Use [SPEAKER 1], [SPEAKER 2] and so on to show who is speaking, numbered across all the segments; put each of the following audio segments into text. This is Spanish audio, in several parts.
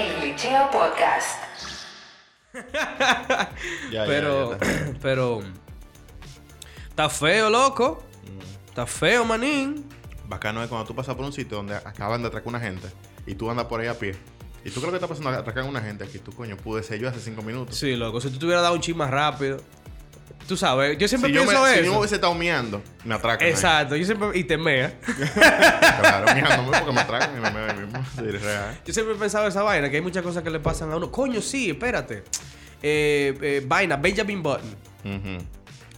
[SPEAKER 1] Latino Podcast.
[SPEAKER 2] Ya, ya,
[SPEAKER 3] pero,
[SPEAKER 2] ya, ya.
[SPEAKER 3] pero. Está feo, loco. Está feo, manín.
[SPEAKER 2] Bacano es cuando tú pasas por un sitio donde acaban de atracar una gente y tú andas por ahí a pie. Y tú crees que está pasando atracar a una gente aquí. Tú, coño, pude ser yo hace cinco minutos.
[SPEAKER 3] Sí, loco. Si tú te hubieras dado un chisme más rápido. Tú sabes, yo siempre
[SPEAKER 2] si, yo me,
[SPEAKER 3] pienso
[SPEAKER 2] si yo me
[SPEAKER 3] eso.
[SPEAKER 2] hubiese estado meando, me atracan. ahí.
[SPEAKER 3] Exacto, yo siempre. Y te mea.
[SPEAKER 2] Claro, meándome porque me atracan y me meo ahí mismo. Sí, es real.
[SPEAKER 3] Yo siempre he pensado esa vaina, que hay muchas cosas que le pasan a uno. Coño, sí, espérate. Eh, eh, vaina, Benjamin Button.
[SPEAKER 2] Ujú.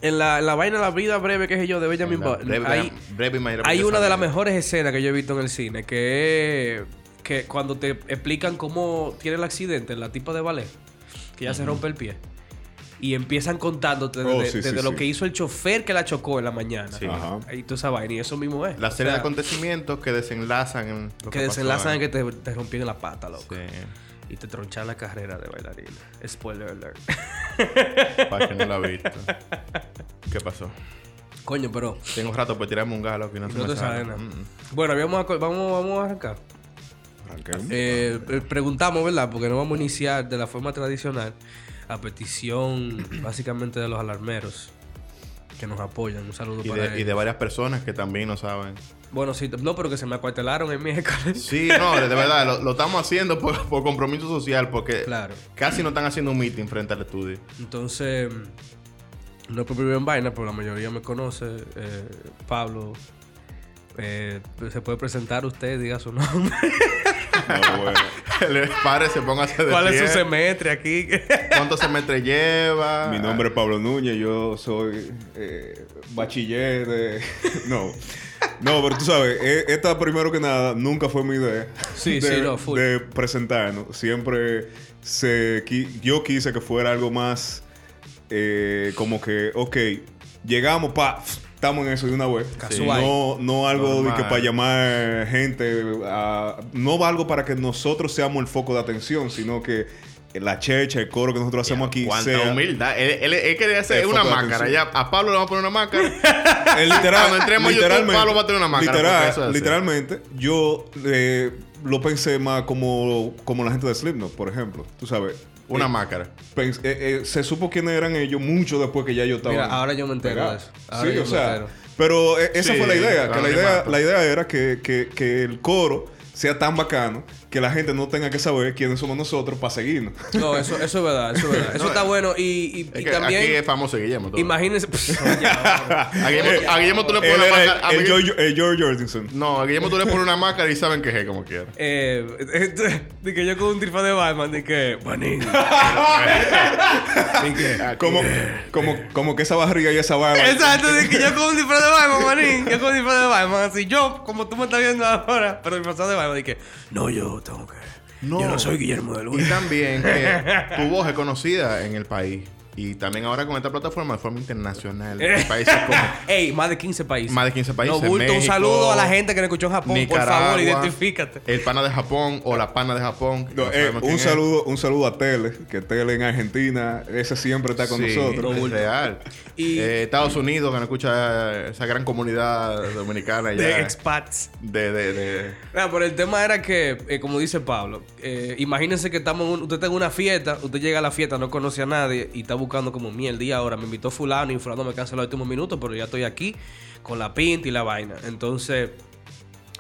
[SPEAKER 3] En la, en la vaina La vida breve, qué sé yo, de Benjamin
[SPEAKER 2] La
[SPEAKER 3] Button.
[SPEAKER 2] breve-
[SPEAKER 3] hay,
[SPEAKER 2] breve y más
[SPEAKER 3] hay
[SPEAKER 2] rápida
[SPEAKER 3] una de las
[SPEAKER 2] sangre.
[SPEAKER 3] mejores escenas que yo he visto en el cine, que es que cuando te explican cómo tiene el accidente la tipa de ballet, que ya se rompe el pie. Y empiezan contándote
[SPEAKER 4] Oh,
[SPEAKER 3] desde,
[SPEAKER 4] sí, sí,
[SPEAKER 3] desde lo
[SPEAKER 4] sí.
[SPEAKER 3] que hizo el chofer que la chocó en la mañana.
[SPEAKER 2] Sí.
[SPEAKER 4] Ajá.
[SPEAKER 3] Y toda esa vaina. Y eso mismo es.
[SPEAKER 2] La
[SPEAKER 3] O
[SPEAKER 2] serie de
[SPEAKER 3] sea,
[SPEAKER 2] acontecimientos que desenlazan en lo
[SPEAKER 3] que
[SPEAKER 2] pasó
[SPEAKER 3] desenlazan en
[SPEAKER 2] ahí.
[SPEAKER 3] que te, te rompieron la pata, loco.
[SPEAKER 2] Sí,
[SPEAKER 3] Y te tronchan la carrera de bailarina. Spoiler alert.
[SPEAKER 2] para que no la ha visto. ¿Qué pasó?
[SPEAKER 3] Coño, pero.
[SPEAKER 2] Tengo rato para tirarme un galo que no, se
[SPEAKER 3] No
[SPEAKER 2] me
[SPEAKER 3] te
[SPEAKER 2] sale.
[SPEAKER 3] sale nada.
[SPEAKER 2] Mm, mm.
[SPEAKER 3] Bueno, habíamos aco- vamos, vamos a arrancar.
[SPEAKER 4] Arranquemos.
[SPEAKER 3] Eh, eh, preguntamos, ¿verdad? Porque no vamos a iniciar de la forma tradicional a petición básicamente de los alarmeros que nos apoyan. Un saludo
[SPEAKER 2] Y
[SPEAKER 3] para
[SPEAKER 2] de, y
[SPEAKER 3] ellos.
[SPEAKER 2] de varias personas que también no saben.
[SPEAKER 3] Bueno, sí, no, pero que se me acuartelaron el miércoles.
[SPEAKER 2] Sí, no, de de verdad, lo, lo estamos haciendo por, por compromiso social porque
[SPEAKER 3] Claro.
[SPEAKER 2] casi no están haciendo un meeting frente al estudio.
[SPEAKER 3] Entonces, mm, no es por vivir en vaina, pero la mayoría me conoce. Eh, Pablo, eh, se puede presentar usted, diga su nombre.
[SPEAKER 4] No, uh, bueno.
[SPEAKER 2] El padre se ponga a hacer de
[SPEAKER 3] ¿Cuál es
[SPEAKER 2] pie.
[SPEAKER 3] su semestre aquí?
[SPEAKER 2] ¿Cuántos semestres lleva?
[SPEAKER 4] Mi nombre es Pablo Núñez, yo soy eh, bachiller de... No. No, pero tú sabes, e- esta primero que nada nunca fue mi idea.
[SPEAKER 3] Sí,
[SPEAKER 4] de,
[SPEAKER 3] sí, no, full.
[SPEAKER 4] De presentarnos. Siempre se, qui- yo quise que fuera algo más eh, como que, ok, llegamos, pa, estamos en eso de una vez.
[SPEAKER 3] Casual.
[SPEAKER 4] No, no algo de que
[SPEAKER 2] Normal.
[SPEAKER 4] para llamar gente, a- no algo para que nosotros seamos el foco de atención, sino que la checha, el coro que nosotros hacemos aquí
[SPEAKER 2] Cuánta
[SPEAKER 4] sea-
[SPEAKER 2] humildad. Él, él, él quería hacer
[SPEAKER 4] Es
[SPEAKER 2] una
[SPEAKER 4] foco de
[SPEAKER 2] máscara. Ya,
[SPEAKER 4] atención.
[SPEAKER 2] a Pablo le vamos a poner una máscara.
[SPEAKER 4] Es Eh, literal-
[SPEAKER 2] Cuando entremos a YouTube,
[SPEAKER 4] literalmente,
[SPEAKER 2] Pablo va a tener una máscara,
[SPEAKER 4] literal-
[SPEAKER 2] porque eso es así.
[SPEAKER 4] literalmente, yo eh, lo pensé más como, como la gente de Slipknot, por ejemplo. Tú sabes.
[SPEAKER 2] Una
[SPEAKER 4] Eh,
[SPEAKER 2] máscara.
[SPEAKER 4] pens- eh, eh, se supo quiénes eran ellos mucho después que ya yo estaba.
[SPEAKER 3] Mira, ahora yo me entero
[SPEAKER 4] pegado.
[SPEAKER 3] de eso. Ahora
[SPEAKER 4] sí,
[SPEAKER 3] yo
[SPEAKER 4] o
[SPEAKER 3] me
[SPEAKER 4] sea,
[SPEAKER 3] entero.
[SPEAKER 4] Pero eh, esa
[SPEAKER 2] Sí,
[SPEAKER 4] fue la idea. Que la, idea
[SPEAKER 2] anonimato.
[SPEAKER 4] la idea era que, que- que el coro sea tan bacano que la gente no tenga que saber quiénes somos nosotros para seguirnos.
[SPEAKER 3] No, eso, eso es verdad, eso es verdad. Eso
[SPEAKER 2] No, eh,
[SPEAKER 3] está bueno y, y-
[SPEAKER 2] Es
[SPEAKER 3] y
[SPEAKER 2] que
[SPEAKER 3] también...
[SPEAKER 2] aquí es famoso Guillermo. todo.
[SPEAKER 3] Imagínense. Pff, oye, ahora.
[SPEAKER 2] A Guillermo, a Guillermo tú le
[SPEAKER 4] Él
[SPEAKER 2] pones una
[SPEAKER 4] era
[SPEAKER 2] máscara. a
[SPEAKER 4] el, el
[SPEAKER 2] Guillermo-
[SPEAKER 4] George- el George Jorgensen.
[SPEAKER 2] No, a Guillermo tú le pones una máscara y saben que es él como quiera.
[SPEAKER 3] Eh, de que yo con un trifón de Batman, de que. Manín. Di que-
[SPEAKER 4] Como, como, como que esa barriga y esa barba.
[SPEAKER 3] Exacto, de que yo con un disfraz de Batman, manín. Yo con un disfraz de Batman. Así yo, como tú me estás viendo ahora, pero disfrazado de Batman, de que. No, yo tengo que.
[SPEAKER 2] No.
[SPEAKER 3] Yo no soy Guillermo del
[SPEAKER 2] Y
[SPEAKER 3] Oeste.
[SPEAKER 2] también que tu voz es conocida en el país. Y también ahora con esta plataforma de forma internacional. En países como
[SPEAKER 3] Ey, más de 15 países.
[SPEAKER 2] Más de 15 países,
[SPEAKER 3] No, bulto, un
[SPEAKER 2] México,
[SPEAKER 3] saludo a la gente que nos escuchó en Japón. Por
[SPEAKER 2] Nicaragua,
[SPEAKER 3] favor, identifícate.
[SPEAKER 2] el pana de Japón o la pana de Japón. que
[SPEAKER 4] No,
[SPEAKER 2] no
[SPEAKER 4] eh,
[SPEAKER 2] sabemos quién
[SPEAKER 4] un,
[SPEAKER 2] es.
[SPEAKER 4] saludo, un saludo a Tele, que Tele en Argentina, ese siempre está con
[SPEAKER 2] Sí,
[SPEAKER 4] nosotros.
[SPEAKER 2] Es real.
[SPEAKER 3] Y-
[SPEAKER 2] Eh, Estados Unidos, que nos escucha esa gran comunidad dominicana
[SPEAKER 3] De
[SPEAKER 2] ya.
[SPEAKER 3] expats.
[SPEAKER 2] De, de, de-
[SPEAKER 3] Nah, pero el tema era que, eh, como dice Pablo, eh, imagínense que estamos en un- usted está en una fiesta, usted llega a la fiesta, no conoce a nadie y está buscando como mierda y ahora me invitó fulano y fulano me canceló el último minuto, pero ya estoy aquí con la pinta y la vaina. Entonces,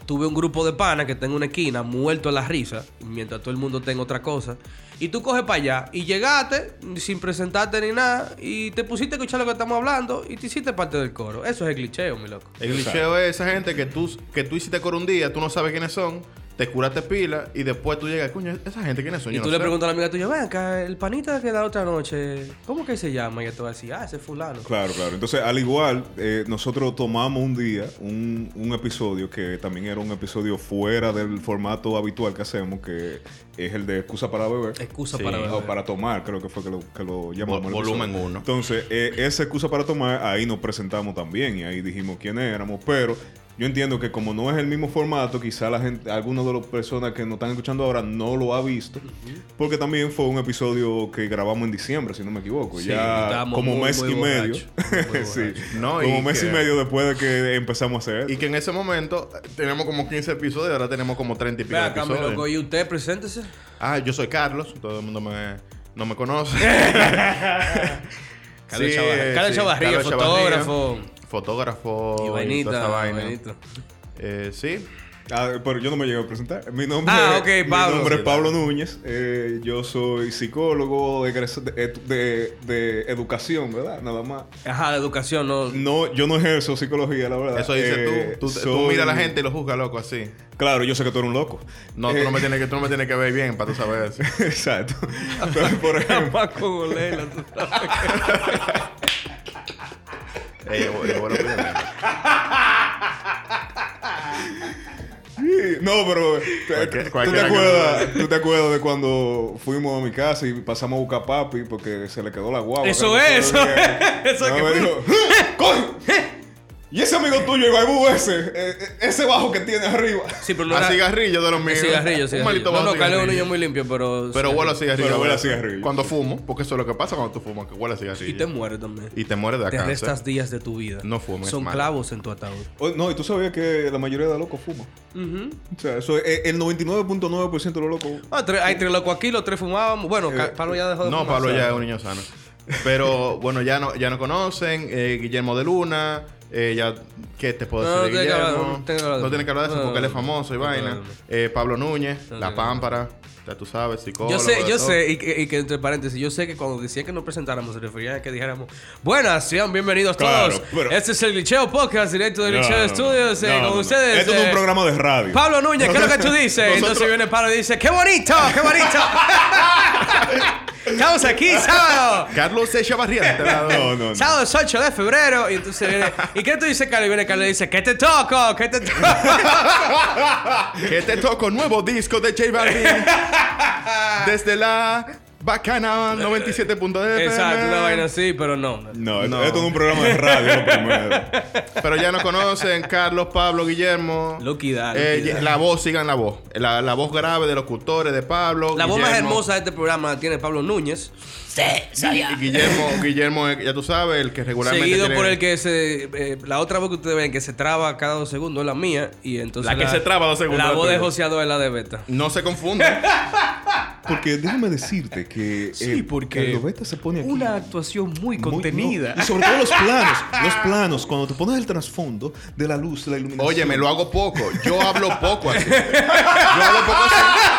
[SPEAKER 3] tuve un grupo de panas que está en una esquina, muerto a la risa, mientras todo el mundo está en otra cosa. Y tú coges para allá y llegaste sin presentarte ni nada y te pusiste a escuchar lo que estamos hablando y te hiciste parte del coro. Eso es el glitcheo, mi loco.
[SPEAKER 2] El glitcheo es esa gente que tú, que tú hiciste coro un día, tú no sabes quiénes son, te curaste pila y después tú llegas, coño, esa gente quiénes son.
[SPEAKER 3] Y
[SPEAKER 2] Yo
[SPEAKER 3] tú
[SPEAKER 2] no
[SPEAKER 3] le
[SPEAKER 2] sé".
[SPEAKER 3] preguntas a la amiga tuya, ven acá, el panita que da otra noche, ¿cómo que se llama? Y ella te va a decir, ah, ese es fulano.
[SPEAKER 4] Claro, claro. Entonces, al igual, eh, nosotros tomamos un día, un, un episodio que también era un episodio fuera del formato habitual que hacemos, que es el de excusa para beber.
[SPEAKER 3] Excusa
[SPEAKER 2] Sí.
[SPEAKER 3] para beber.
[SPEAKER 4] O para tomar, creo que fue que lo, que lo llamamos.
[SPEAKER 2] Vol-
[SPEAKER 4] el
[SPEAKER 2] volumen
[SPEAKER 4] episodio.
[SPEAKER 2] uno.
[SPEAKER 4] Entonces, eh, esa excusa para tomar, ahí nos presentamos también y ahí dijimos quiénes éramos, pero yo entiendo que como no es el mismo formato, quizá la gente, algunas de las personas que nos están escuchando ahora no lo ha visto, porque también fue un episodio que grabamos en diciembre, si no me equivoco,
[SPEAKER 3] Sí,
[SPEAKER 4] ya
[SPEAKER 3] estábamos
[SPEAKER 4] como
[SPEAKER 3] muy,
[SPEAKER 4] mes
[SPEAKER 3] muy
[SPEAKER 4] y medio.
[SPEAKER 3] borrachos, muy borrachos.
[SPEAKER 4] Sí.
[SPEAKER 2] No, y
[SPEAKER 4] como mes
[SPEAKER 2] que-
[SPEAKER 4] y medio después de que empezamos a hacer esto.
[SPEAKER 2] Y que en ese momento eh, tenemos como 15 episodios, ahora tenemos como 30 y pico
[SPEAKER 3] Ven
[SPEAKER 2] de
[SPEAKER 3] acá, mi
[SPEAKER 2] episodios.
[SPEAKER 3] loco, y usted, preséntese.
[SPEAKER 2] Ah, yo soy Carlos, todo el mundo me, no me conoce.
[SPEAKER 3] Carlos
[SPEAKER 2] Sí,
[SPEAKER 3] Chavarría,
[SPEAKER 2] eh,
[SPEAKER 3] Carlos
[SPEAKER 2] sí,
[SPEAKER 3] Chavarría,
[SPEAKER 2] Carlos Chavarría,
[SPEAKER 3] fotógrafo.
[SPEAKER 2] Fotógrafo.
[SPEAKER 3] y
[SPEAKER 2] toda
[SPEAKER 3] vainita,
[SPEAKER 2] esa vaina.
[SPEAKER 3] vainita.
[SPEAKER 2] Eh, sí.
[SPEAKER 4] Ah, pero yo no me llego a presentar. Mi nombre,
[SPEAKER 3] Ah,
[SPEAKER 4] es-
[SPEAKER 3] ok,
[SPEAKER 4] mi
[SPEAKER 3] Pablo.
[SPEAKER 4] nombre es
[SPEAKER 2] Sí,
[SPEAKER 4] Pablo
[SPEAKER 2] dale.
[SPEAKER 4] Núñez. Eh, yo soy psicólogo egres- de, edu- de- de educación, ¿verdad? Nada más.
[SPEAKER 3] Ajá, de educación, no.
[SPEAKER 4] No, yo no ejerzo psicología, la verdad.
[SPEAKER 2] Eso dices
[SPEAKER 4] Eh,
[SPEAKER 2] tú. Tú, tú
[SPEAKER 4] soy-
[SPEAKER 2] mira a la gente y lo juzgas loco así.
[SPEAKER 4] Claro, yo sé que tú eres un loco.
[SPEAKER 2] No, tú,
[SPEAKER 4] Eh,
[SPEAKER 2] no me tienes que, tú no me tienes que ver bien para tú saber eso.
[SPEAKER 4] Exacto. Pero, por ejemplo,
[SPEAKER 3] Paco Golela, tú sabes.
[SPEAKER 2] Ey, Eh, yo- yo voy a lo primero.
[SPEAKER 4] no, pero eh,
[SPEAKER 2] Cualquier-
[SPEAKER 4] ¿tú, te
[SPEAKER 2] cualquiera que
[SPEAKER 4] acuerdas, tú te acuerdas de cuando fuimos a mi casa y pasamos a buscar a papi porque se le quedó la guagua.
[SPEAKER 3] Eso
[SPEAKER 4] Que
[SPEAKER 3] es, eso
[SPEAKER 4] no sabía.
[SPEAKER 3] es, eso es
[SPEAKER 4] No,
[SPEAKER 3] que
[SPEAKER 4] me
[SPEAKER 3] fue.
[SPEAKER 4] dijo, "¡Ah! ¡Coge! Y ese amigo tuyo, el baibú ese, eh, eh, ese bajo que tiene arriba.
[SPEAKER 3] Sí, pero no
[SPEAKER 2] A
[SPEAKER 3] era-
[SPEAKER 2] cigarrillo de los míos.
[SPEAKER 3] cigarrillo,
[SPEAKER 2] Un
[SPEAKER 3] cigarrillo.
[SPEAKER 2] maldito
[SPEAKER 3] No,
[SPEAKER 2] vaso
[SPEAKER 3] no,
[SPEAKER 2] de
[SPEAKER 3] Carlos es un
[SPEAKER 2] cigarrillo.
[SPEAKER 3] niño muy limpio, pero...
[SPEAKER 2] Pero huele a cigarrillo.
[SPEAKER 4] Pero huele a
[SPEAKER 2] ¿verdad?
[SPEAKER 4] cigarrillo.
[SPEAKER 2] Cuando fumo, porque eso es lo que pasa cuando tú fumas, que huele a cigarrillo.
[SPEAKER 3] Y te mueres también.
[SPEAKER 2] Y te mueres de
[SPEAKER 3] Te
[SPEAKER 2] acá.
[SPEAKER 3] restas días de tu vida.
[SPEAKER 2] No fumes,
[SPEAKER 3] Son
[SPEAKER 2] man.
[SPEAKER 3] clavos en tu ataúd.
[SPEAKER 4] Oh, No, y tú sabías que la mayoría de los locos fuma.
[SPEAKER 3] Ujú.
[SPEAKER 4] O sea, eso es- e-, el 99.9% de los locos.
[SPEAKER 3] Ah, tres- hay tres locos aquí, los tres fumábamos. Bueno, Ca-
[SPEAKER 4] Eh,
[SPEAKER 3] Pablo ya dejó de
[SPEAKER 2] No,
[SPEAKER 3] fumar.
[SPEAKER 2] Pablo ya es un niño sano. Pero bueno, ya no, ya no conocen. eh, Guillermo de Luna. eh, ya, ¿Qué te puedo decir
[SPEAKER 3] No, no
[SPEAKER 2] de
[SPEAKER 3] tiene que hablar-
[SPEAKER 2] Guillermo?
[SPEAKER 3] no tiene que hablar de-
[SPEAKER 2] No tiene que hablar de eso
[SPEAKER 3] no,
[SPEAKER 2] porque él es
[SPEAKER 3] no,
[SPEAKER 2] famoso y
[SPEAKER 3] no,
[SPEAKER 2] vaina.
[SPEAKER 3] no, no.
[SPEAKER 2] Eh, Pablo Núñez,
[SPEAKER 3] No,
[SPEAKER 2] La
[SPEAKER 3] no, no.
[SPEAKER 2] Pámpara. Ya tú sabes, psicólogo.
[SPEAKER 3] Yo sé,
[SPEAKER 2] de
[SPEAKER 3] yo
[SPEAKER 2] todo.
[SPEAKER 3] sé, y que, y que entre paréntesis, yo sé que cuando decían que nos presentáramos se referían a que dijéramos, buenas, sean bienvenidos
[SPEAKER 4] Claro,
[SPEAKER 3] todos.
[SPEAKER 4] pero-
[SPEAKER 3] Este es el Glitcheo Podcast, directo del Glitcheo Studios, eh, con ustedes.
[SPEAKER 4] Esto no es
[SPEAKER 3] eh,
[SPEAKER 4] un programa de radio.
[SPEAKER 3] Pablo Núñez, ¿qué es lo que tú dices? Entonces viene Pablo y dice, ¡qué bonito! ¡Qué bonito! Estamos aquí sábado.
[SPEAKER 2] Carlos Echa Barriera. de este lado.
[SPEAKER 4] No, no, no.
[SPEAKER 3] Sábado es 8 de febrero. Y entonces viene. ¿Y qué tú dices, Carlos? Y viene Carlos y dice, ¿qué te toco? ¿Qué te toco?
[SPEAKER 2] Que te Este toco nuevo disco de J Balvin. desde la Bacana 97.de.
[SPEAKER 3] Exacto, una vaina así, pero no.
[SPEAKER 4] No, esto-
[SPEAKER 2] No.
[SPEAKER 4] esto no es un programa de radio, lo primero.
[SPEAKER 2] Pero ya no conocen Carlos, Pablo, Guillermo.
[SPEAKER 3] Lucky Dad,
[SPEAKER 2] Eh,
[SPEAKER 3] Lucky Dad.
[SPEAKER 2] La voz, sigan la voz. La, la voz grave de los cultores de Pablo.
[SPEAKER 3] La voz más
[SPEAKER 2] Guillermo.
[SPEAKER 3] hermosa de este programa la tiene Pablo Núñez,
[SPEAKER 2] Y Guillermo, Guillermo, eh, ya tú sabes, el que regularmente.
[SPEAKER 3] seguido
[SPEAKER 2] tiene-
[SPEAKER 3] por el que se. eh, la otra voz que ustedes ven que se traba cada dos segundos es la mía. Y entonces.
[SPEAKER 2] La que se traba dos segundos,
[SPEAKER 3] La
[SPEAKER 2] la
[SPEAKER 3] voz de
[SPEAKER 2] tuya.
[SPEAKER 3] José Ado es la de Beta.
[SPEAKER 2] No se confunde.
[SPEAKER 4] Porque déjame decirte que.
[SPEAKER 3] Sí, porque
[SPEAKER 4] El Lobeta se pone aquí.
[SPEAKER 3] Una actuación muy
[SPEAKER 4] Muy-
[SPEAKER 3] contenida.
[SPEAKER 4] no, y sobre todo los planos. Los planos, cuando te pones el trasfondo de la luz, la iluminación.
[SPEAKER 2] Oye, me lo hago poco. Yo hablo poco así. Yo hablo poco así.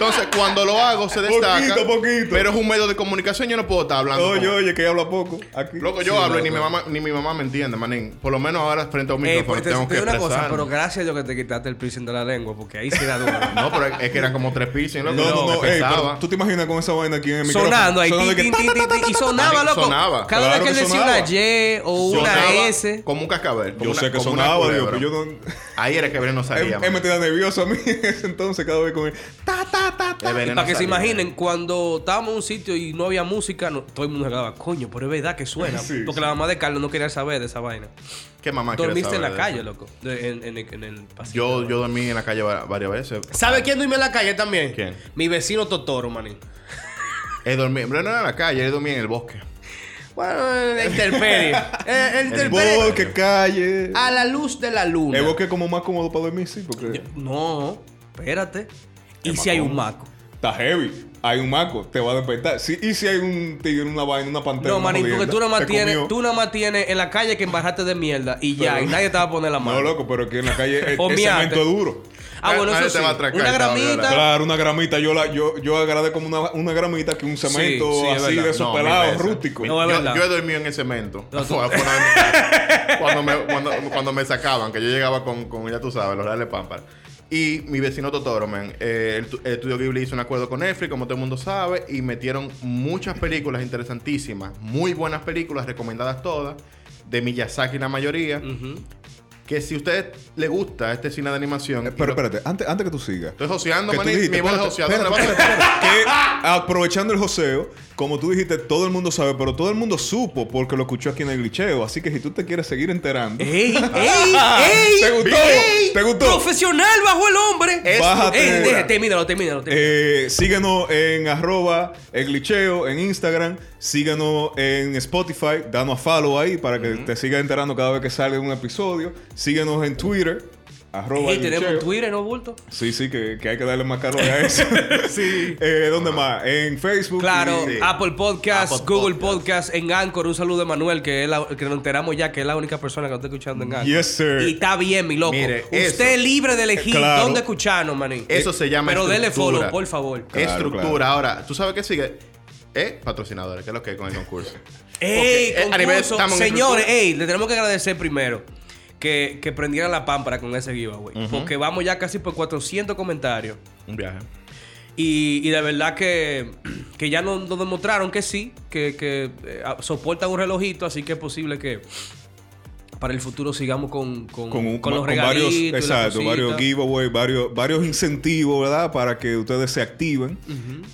[SPEAKER 2] Entonces, cuando lo hago, se destaca.
[SPEAKER 4] Poquito, poquito.
[SPEAKER 2] Pero es un medio de comunicación. Yo no puedo estar hablando.
[SPEAKER 4] Oye,
[SPEAKER 2] como-
[SPEAKER 4] oye, que habla poco. Aquí.
[SPEAKER 2] Loco, yo
[SPEAKER 4] Sí,
[SPEAKER 2] hablo y
[SPEAKER 4] loco.
[SPEAKER 2] ni mi, mamá, ni mi mamá me entiende, manín. Por lo menos ahora frente a un
[SPEAKER 3] Eh,
[SPEAKER 2] micrófono
[SPEAKER 3] pues, te,
[SPEAKER 2] tengo
[SPEAKER 3] te
[SPEAKER 2] que
[SPEAKER 3] digo una cosa,
[SPEAKER 2] expresarme.
[SPEAKER 3] pero gracias a Dios que te quitaste el piercing de la lengua, porque ahí sí era duro.
[SPEAKER 2] No, pero es que eran como tres piercings, loco.
[SPEAKER 4] No, no,
[SPEAKER 2] me
[SPEAKER 4] no, ey,
[SPEAKER 2] pesaba.
[SPEAKER 4] pero tú te imaginas con esa vaina aquí en el micrófono.
[SPEAKER 3] Sonando ahí,
[SPEAKER 4] Sonando
[SPEAKER 3] tin, tin,
[SPEAKER 4] que-
[SPEAKER 3] tin, tin, tin, y sonaba,
[SPEAKER 2] Marico,
[SPEAKER 3] loco.
[SPEAKER 2] sonaba.
[SPEAKER 3] Cada
[SPEAKER 4] Claro
[SPEAKER 3] vez que
[SPEAKER 4] que
[SPEAKER 3] él decía
[SPEAKER 4] sonaba.
[SPEAKER 3] una Y o una
[SPEAKER 2] Sonaba
[SPEAKER 3] S.
[SPEAKER 2] Como un cascabel. como
[SPEAKER 4] Yo
[SPEAKER 2] una-
[SPEAKER 4] sé que
[SPEAKER 2] como una
[SPEAKER 4] sonaba, Dios,
[SPEAKER 2] culebra.
[SPEAKER 4] pero yo no. Em,
[SPEAKER 2] Ahí era que Belén no salía.
[SPEAKER 4] Él me
[SPEAKER 2] man.
[SPEAKER 4] tenía nervioso a mí. Entonces, cada vez con el. Ta, ta, ta, ta.
[SPEAKER 2] Eh,
[SPEAKER 3] Y
[SPEAKER 2] Belén no
[SPEAKER 3] para que se
[SPEAKER 2] salía.
[SPEAKER 3] imaginen, cuando estábamos en un sitio y no había música, no- todo el mundo se quedaba, coño, pero es verdad que suena.
[SPEAKER 4] Sí,
[SPEAKER 3] porque
[SPEAKER 4] sí.
[SPEAKER 3] la mamá de Carlos no quería saber de esa vaina.
[SPEAKER 2] ¿Qué mamá quiere Ah,
[SPEAKER 3] Dormiste en
[SPEAKER 2] saber
[SPEAKER 3] la
[SPEAKER 2] de eso?
[SPEAKER 3] calle, loco. De- en, en el- en el pasillo.
[SPEAKER 2] Yo, yo dormí en la calle va- varias veces.
[SPEAKER 3] ¿Sabe quién durmió en la calle también?
[SPEAKER 2] ¿Quién?
[SPEAKER 3] Mi vecino Totoro, manín.
[SPEAKER 2] He dormido, pero Eh, no era en la calle, he dormido en el bosque.
[SPEAKER 3] Bueno, en la intemperie. Eh, en la
[SPEAKER 2] El
[SPEAKER 3] intemperie.
[SPEAKER 4] Bosque, calle.
[SPEAKER 3] A la luz de la luna.
[SPEAKER 4] El bosque es como más cómodo para dormir, sí, porque.
[SPEAKER 3] No, espérate. ¿Y
[SPEAKER 4] Es
[SPEAKER 3] si hay un
[SPEAKER 4] macón.
[SPEAKER 3] maco?
[SPEAKER 4] Está heavy. Hay un maco, te va a despertar. Sí, y si hay un tigre, una vaina, una pantera.
[SPEAKER 3] No,
[SPEAKER 4] una
[SPEAKER 3] manín, porque
[SPEAKER 4] jodienda,
[SPEAKER 3] tú nada más
[SPEAKER 4] te
[SPEAKER 3] tienes,
[SPEAKER 4] comió.
[SPEAKER 3] tú nada más tienes en la calle que embarraste de mierda y ya,
[SPEAKER 4] Pero-
[SPEAKER 3] y nadie te va a poner la mano.
[SPEAKER 4] No, loco, pero que en la calle el,
[SPEAKER 3] O
[SPEAKER 4] el
[SPEAKER 3] miate.
[SPEAKER 4] cemento es duro.
[SPEAKER 3] Ah, bueno,
[SPEAKER 2] Nadie
[SPEAKER 3] eso sí.
[SPEAKER 2] te va a atracar,
[SPEAKER 3] Una
[SPEAKER 2] te va a violar.
[SPEAKER 3] gramita.
[SPEAKER 4] Claro, una gramita. Yo la, yo, yo agradezco como una, una gramita que un cemento
[SPEAKER 3] sí, es
[SPEAKER 4] así
[SPEAKER 3] verdad.
[SPEAKER 4] de esos
[SPEAKER 2] No, mil
[SPEAKER 4] pelados,
[SPEAKER 2] veces.
[SPEAKER 4] rústicos.
[SPEAKER 3] No, es
[SPEAKER 2] yo,
[SPEAKER 3] verdad.
[SPEAKER 2] yo he dormido en el cemento.
[SPEAKER 3] No, tú-
[SPEAKER 2] Afuera de mi casa. cuando, me, cuando, cuando me sacaban, que yo llegaba con, con ya tú sabes, los reales Pampar. Y mi vecino Totoro, man, eh, el, tu- el estudio Ghibli hizo un acuerdo con Netflix, como todo el mundo sabe, y metieron muchas películas interesantísimas, muy buenas películas, recomendadas todas, de Miyazaki la mayoría,
[SPEAKER 3] Ujú.
[SPEAKER 2] que si a usted le gusta este cine de animación... y
[SPEAKER 4] Pero
[SPEAKER 2] lo-
[SPEAKER 4] espérate, antes, antes que tú sigas.
[SPEAKER 2] Estoy joseando,
[SPEAKER 4] Que tú
[SPEAKER 2] maní,
[SPEAKER 4] dijiste,
[SPEAKER 2] mi voz es
[SPEAKER 4] espérate,
[SPEAKER 2] joseadora,
[SPEAKER 4] espérate,
[SPEAKER 2] ¿vale?
[SPEAKER 4] espérate, espérate, que aprovechando el joseo, como tú dijiste, todo el mundo sabe, pero todo el mundo supo porque lo escuchó aquí en el glitcheo. Así que si tú te quieres seguir enterando,
[SPEAKER 3] ¡Ey! ¡Ey! ¡Ey!
[SPEAKER 4] ¿Te gustó?
[SPEAKER 3] ey,
[SPEAKER 4] ¿Te gustó?
[SPEAKER 3] ¡Profesional bajo el hombre!
[SPEAKER 4] Es- Bájate.
[SPEAKER 3] ¡Ey! deje, Termínalo, termínalo. termínalo.
[SPEAKER 4] Eh, síguenos en arroba el glitcheo en Instagram, síguenos en Spotify, danos a follow ahí para que te sigas enterando cada vez que salga un episodio, síguenos en Twitter, Eh, Arroba
[SPEAKER 3] Ey,
[SPEAKER 4] el
[SPEAKER 3] Eh, tenemos
[SPEAKER 4] Licheo.
[SPEAKER 3] Twitter, ¿no, Bulto?
[SPEAKER 4] Sí, sí, que, que hay que darle más calor a eso.
[SPEAKER 3] Sí.
[SPEAKER 4] Eh, ¿Dónde más? En Facebook.
[SPEAKER 3] Claro,
[SPEAKER 4] y-
[SPEAKER 2] Sí.
[SPEAKER 3] Apple Podcast,
[SPEAKER 2] Apple
[SPEAKER 3] Google
[SPEAKER 2] Podcast.
[SPEAKER 3] Podcast, en Anchor. Un saludo de Manuel, que, es la- que nos enteramos ya que es la única persona que nos está escuchando en Anchor.
[SPEAKER 4] Yes, sir.
[SPEAKER 3] Y está bien, mi loco.
[SPEAKER 2] Mire,
[SPEAKER 3] Usted
[SPEAKER 2] eso.
[SPEAKER 3] es libre de elegir
[SPEAKER 4] Claro.
[SPEAKER 3] dónde escucharnos, maní.
[SPEAKER 2] Eso se llama
[SPEAKER 3] Pero dele
[SPEAKER 2] estructura.
[SPEAKER 3] follow, por favor.
[SPEAKER 4] Eh, Claro,
[SPEAKER 2] estructura.
[SPEAKER 4] claro.
[SPEAKER 2] Ahora, ¿tú sabes qué sigue? Eh, patrocinadores, que es lo que es con el concurso.
[SPEAKER 3] ¡Ey,
[SPEAKER 2] Porque, eh, a nivel
[SPEAKER 3] concurso!
[SPEAKER 2] estamos en
[SPEAKER 3] Señores,
[SPEAKER 2] estructura.
[SPEAKER 3] ey, le tenemos que agradecer primero que, que prendieran la pámpara con ese giveaway. Porque vamos ya casi por 400 comentarios.
[SPEAKER 2] Un viaje.
[SPEAKER 3] Y, y de verdad que, que ya nos, nos demostraron que sí, que, que eh, a- soportan un relojito, así que es posible que para el futuro sigamos con, con,
[SPEAKER 4] con, un-
[SPEAKER 3] con los
[SPEAKER 4] con varios,
[SPEAKER 3] regalitos. y las
[SPEAKER 4] exacto, varios
[SPEAKER 3] cositas.
[SPEAKER 4] giveaways, varios, varios incentivos, ¿verdad? Para que ustedes se activen.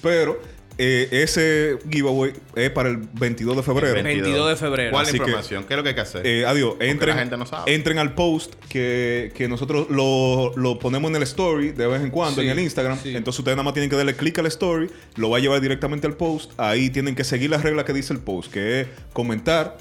[SPEAKER 4] Pero eh, ese giveaway es para el 22 de febrero.
[SPEAKER 2] El
[SPEAKER 3] 22 de febrero.
[SPEAKER 2] ¿Cuál es
[SPEAKER 4] Así
[SPEAKER 2] la
[SPEAKER 4] que-
[SPEAKER 2] información? ¿Qué es lo que hay que hacer?
[SPEAKER 4] Eh, adiós. Entren,
[SPEAKER 2] la gente no sabe.
[SPEAKER 4] entren al post que, que nosotros lo, lo ponemos en el story de vez en cuando
[SPEAKER 3] Sí,
[SPEAKER 4] en el Instagram.
[SPEAKER 3] sí.
[SPEAKER 4] Entonces ustedes nada más tienen que darle clic al story, lo va a llevar directamente al post. Ahí tienen que seguir las reglas que dice el post, que es comentar,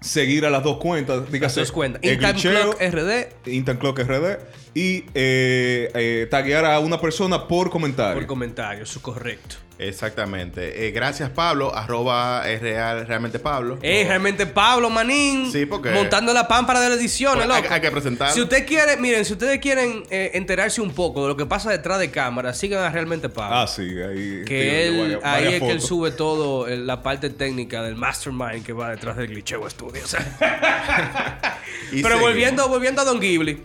[SPEAKER 4] seguir a las dos cuentas.
[SPEAKER 3] Las
[SPEAKER 4] Dígase,
[SPEAKER 3] dos cuentas.
[SPEAKER 4] eh, el
[SPEAKER 3] In Time
[SPEAKER 4] glitcheo,
[SPEAKER 3] Clock RD
[SPEAKER 4] Instant Clock RD y eh, eh, taguear a una persona por comentario.
[SPEAKER 3] por comentario, eso es correcto.
[SPEAKER 2] Exactamente. Eh, gracias, Pablo. Arroba es real, realmente Pablo.
[SPEAKER 3] Ey,
[SPEAKER 2] No.
[SPEAKER 3] Eh, realmente Pablo Manín
[SPEAKER 2] Sí, porque-
[SPEAKER 3] montando la pámpara de la edición,
[SPEAKER 2] Pues,
[SPEAKER 3] loco.
[SPEAKER 2] hay, hay que presentar.
[SPEAKER 3] Si usted quiere, miren, si ustedes quieren eh, enterarse un poco de lo que pasa detrás de cámara, sigan a realmente Pablo.
[SPEAKER 4] ah, sí, ahí.
[SPEAKER 3] Que
[SPEAKER 4] tío,
[SPEAKER 3] él,
[SPEAKER 4] varias-
[SPEAKER 3] ahí
[SPEAKER 4] varias
[SPEAKER 3] es que él
[SPEAKER 4] fotos.
[SPEAKER 3] sube todo eh, la parte técnica del mastermind que va detrás del glitcheo Studios.
[SPEAKER 2] Y
[SPEAKER 3] Pero
[SPEAKER 2] seguimos.
[SPEAKER 3] volviendo, volviendo a Don Ghibli.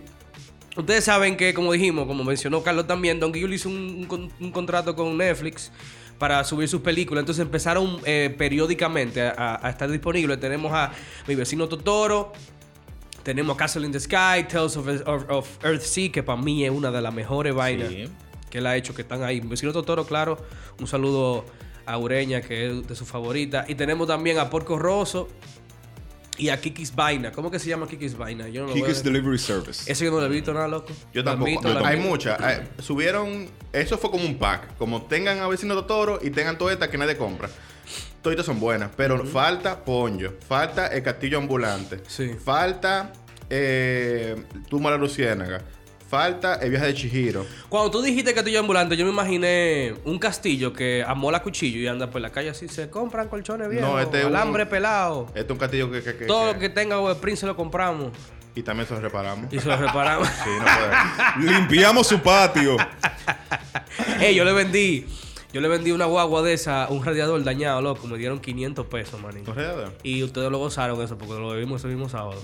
[SPEAKER 3] Ustedes saben que, como dijimos, como mencionó Carlos también, Don Ghibli hizo un, un con- un contrato con Netflix para subir sus películas. Entonces empezaron eh, periódicamente a- a, a estar disponibles. Tenemos a Mi vecino Totoro, tenemos Castle in the Sky, Tales of, of- of Earthsea, que para mí es una de las mejores vainas
[SPEAKER 2] Sí.
[SPEAKER 3] que él ha hecho, que están ahí. Mi vecino Totoro, claro. Un saludo a Ureña, que es de sus favoritas. Y tenemos también a Porco Rosso y a Kiki's Vaina. ¿Cómo que se llama Kiki's Vaina? Yo no lo voy a-
[SPEAKER 4] Kiki's Delivery Service.
[SPEAKER 3] Ese yo no lo he visto nada, loco.
[SPEAKER 2] Yo
[SPEAKER 3] Lo
[SPEAKER 2] tampoco.
[SPEAKER 3] admito,
[SPEAKER 2] Yo
[SPEAKER 3] lo
[SPEAKER 2] Hay
[SPEAKER 3] admito.
[SPEAKER 2] muchas. Hay- subieron. Eso fue como un pack. Como tengan a vecinos de toro y tengan todas estas que nadie compra. Todas son buenas. Pero falta Ponyo. Falta el castillo ambulante.
[SPEAKER 3] Sí.
[SPEAKER 2] Falta eh, Tumba la Luciénaga. Falta el viaje de Chihiro.
[SPEAKER 3] Cuando tú dijiste castillo ambulante, yo me imaginé un castillo que amola cuchillo y anda por la calle así. Se compran colchones viejos,
[SPEAKER 2] No, este es un-
[SPEAKER 3] alambre pelado.
[SPEAKER 2] Este es un castillo que. que- que-
[SPEAKER 3] Todo lo
[SPEAKER 2] que-
[SPEAKER 3] que tenga el Prince lo compramos
[SPEAKER 2] Y también se lo reparamos.
[SPEAKER 3] y se lo reparamos.
[SPEAKER 2] Sí, no puede.
[SPEAKER 4] Limpiamos su patio.
[SPEAKER 3] Ey, yo le vendí. Yo le vendí una guagua de esa, un radiador dañado, loco. Me dieron 500 pesos, manito.
[SPEAKER 2] ¿No es verdad?
[SPEAKER 3] Y ustedes lo gozaron eso porque lo bebimos ese mismo sábado.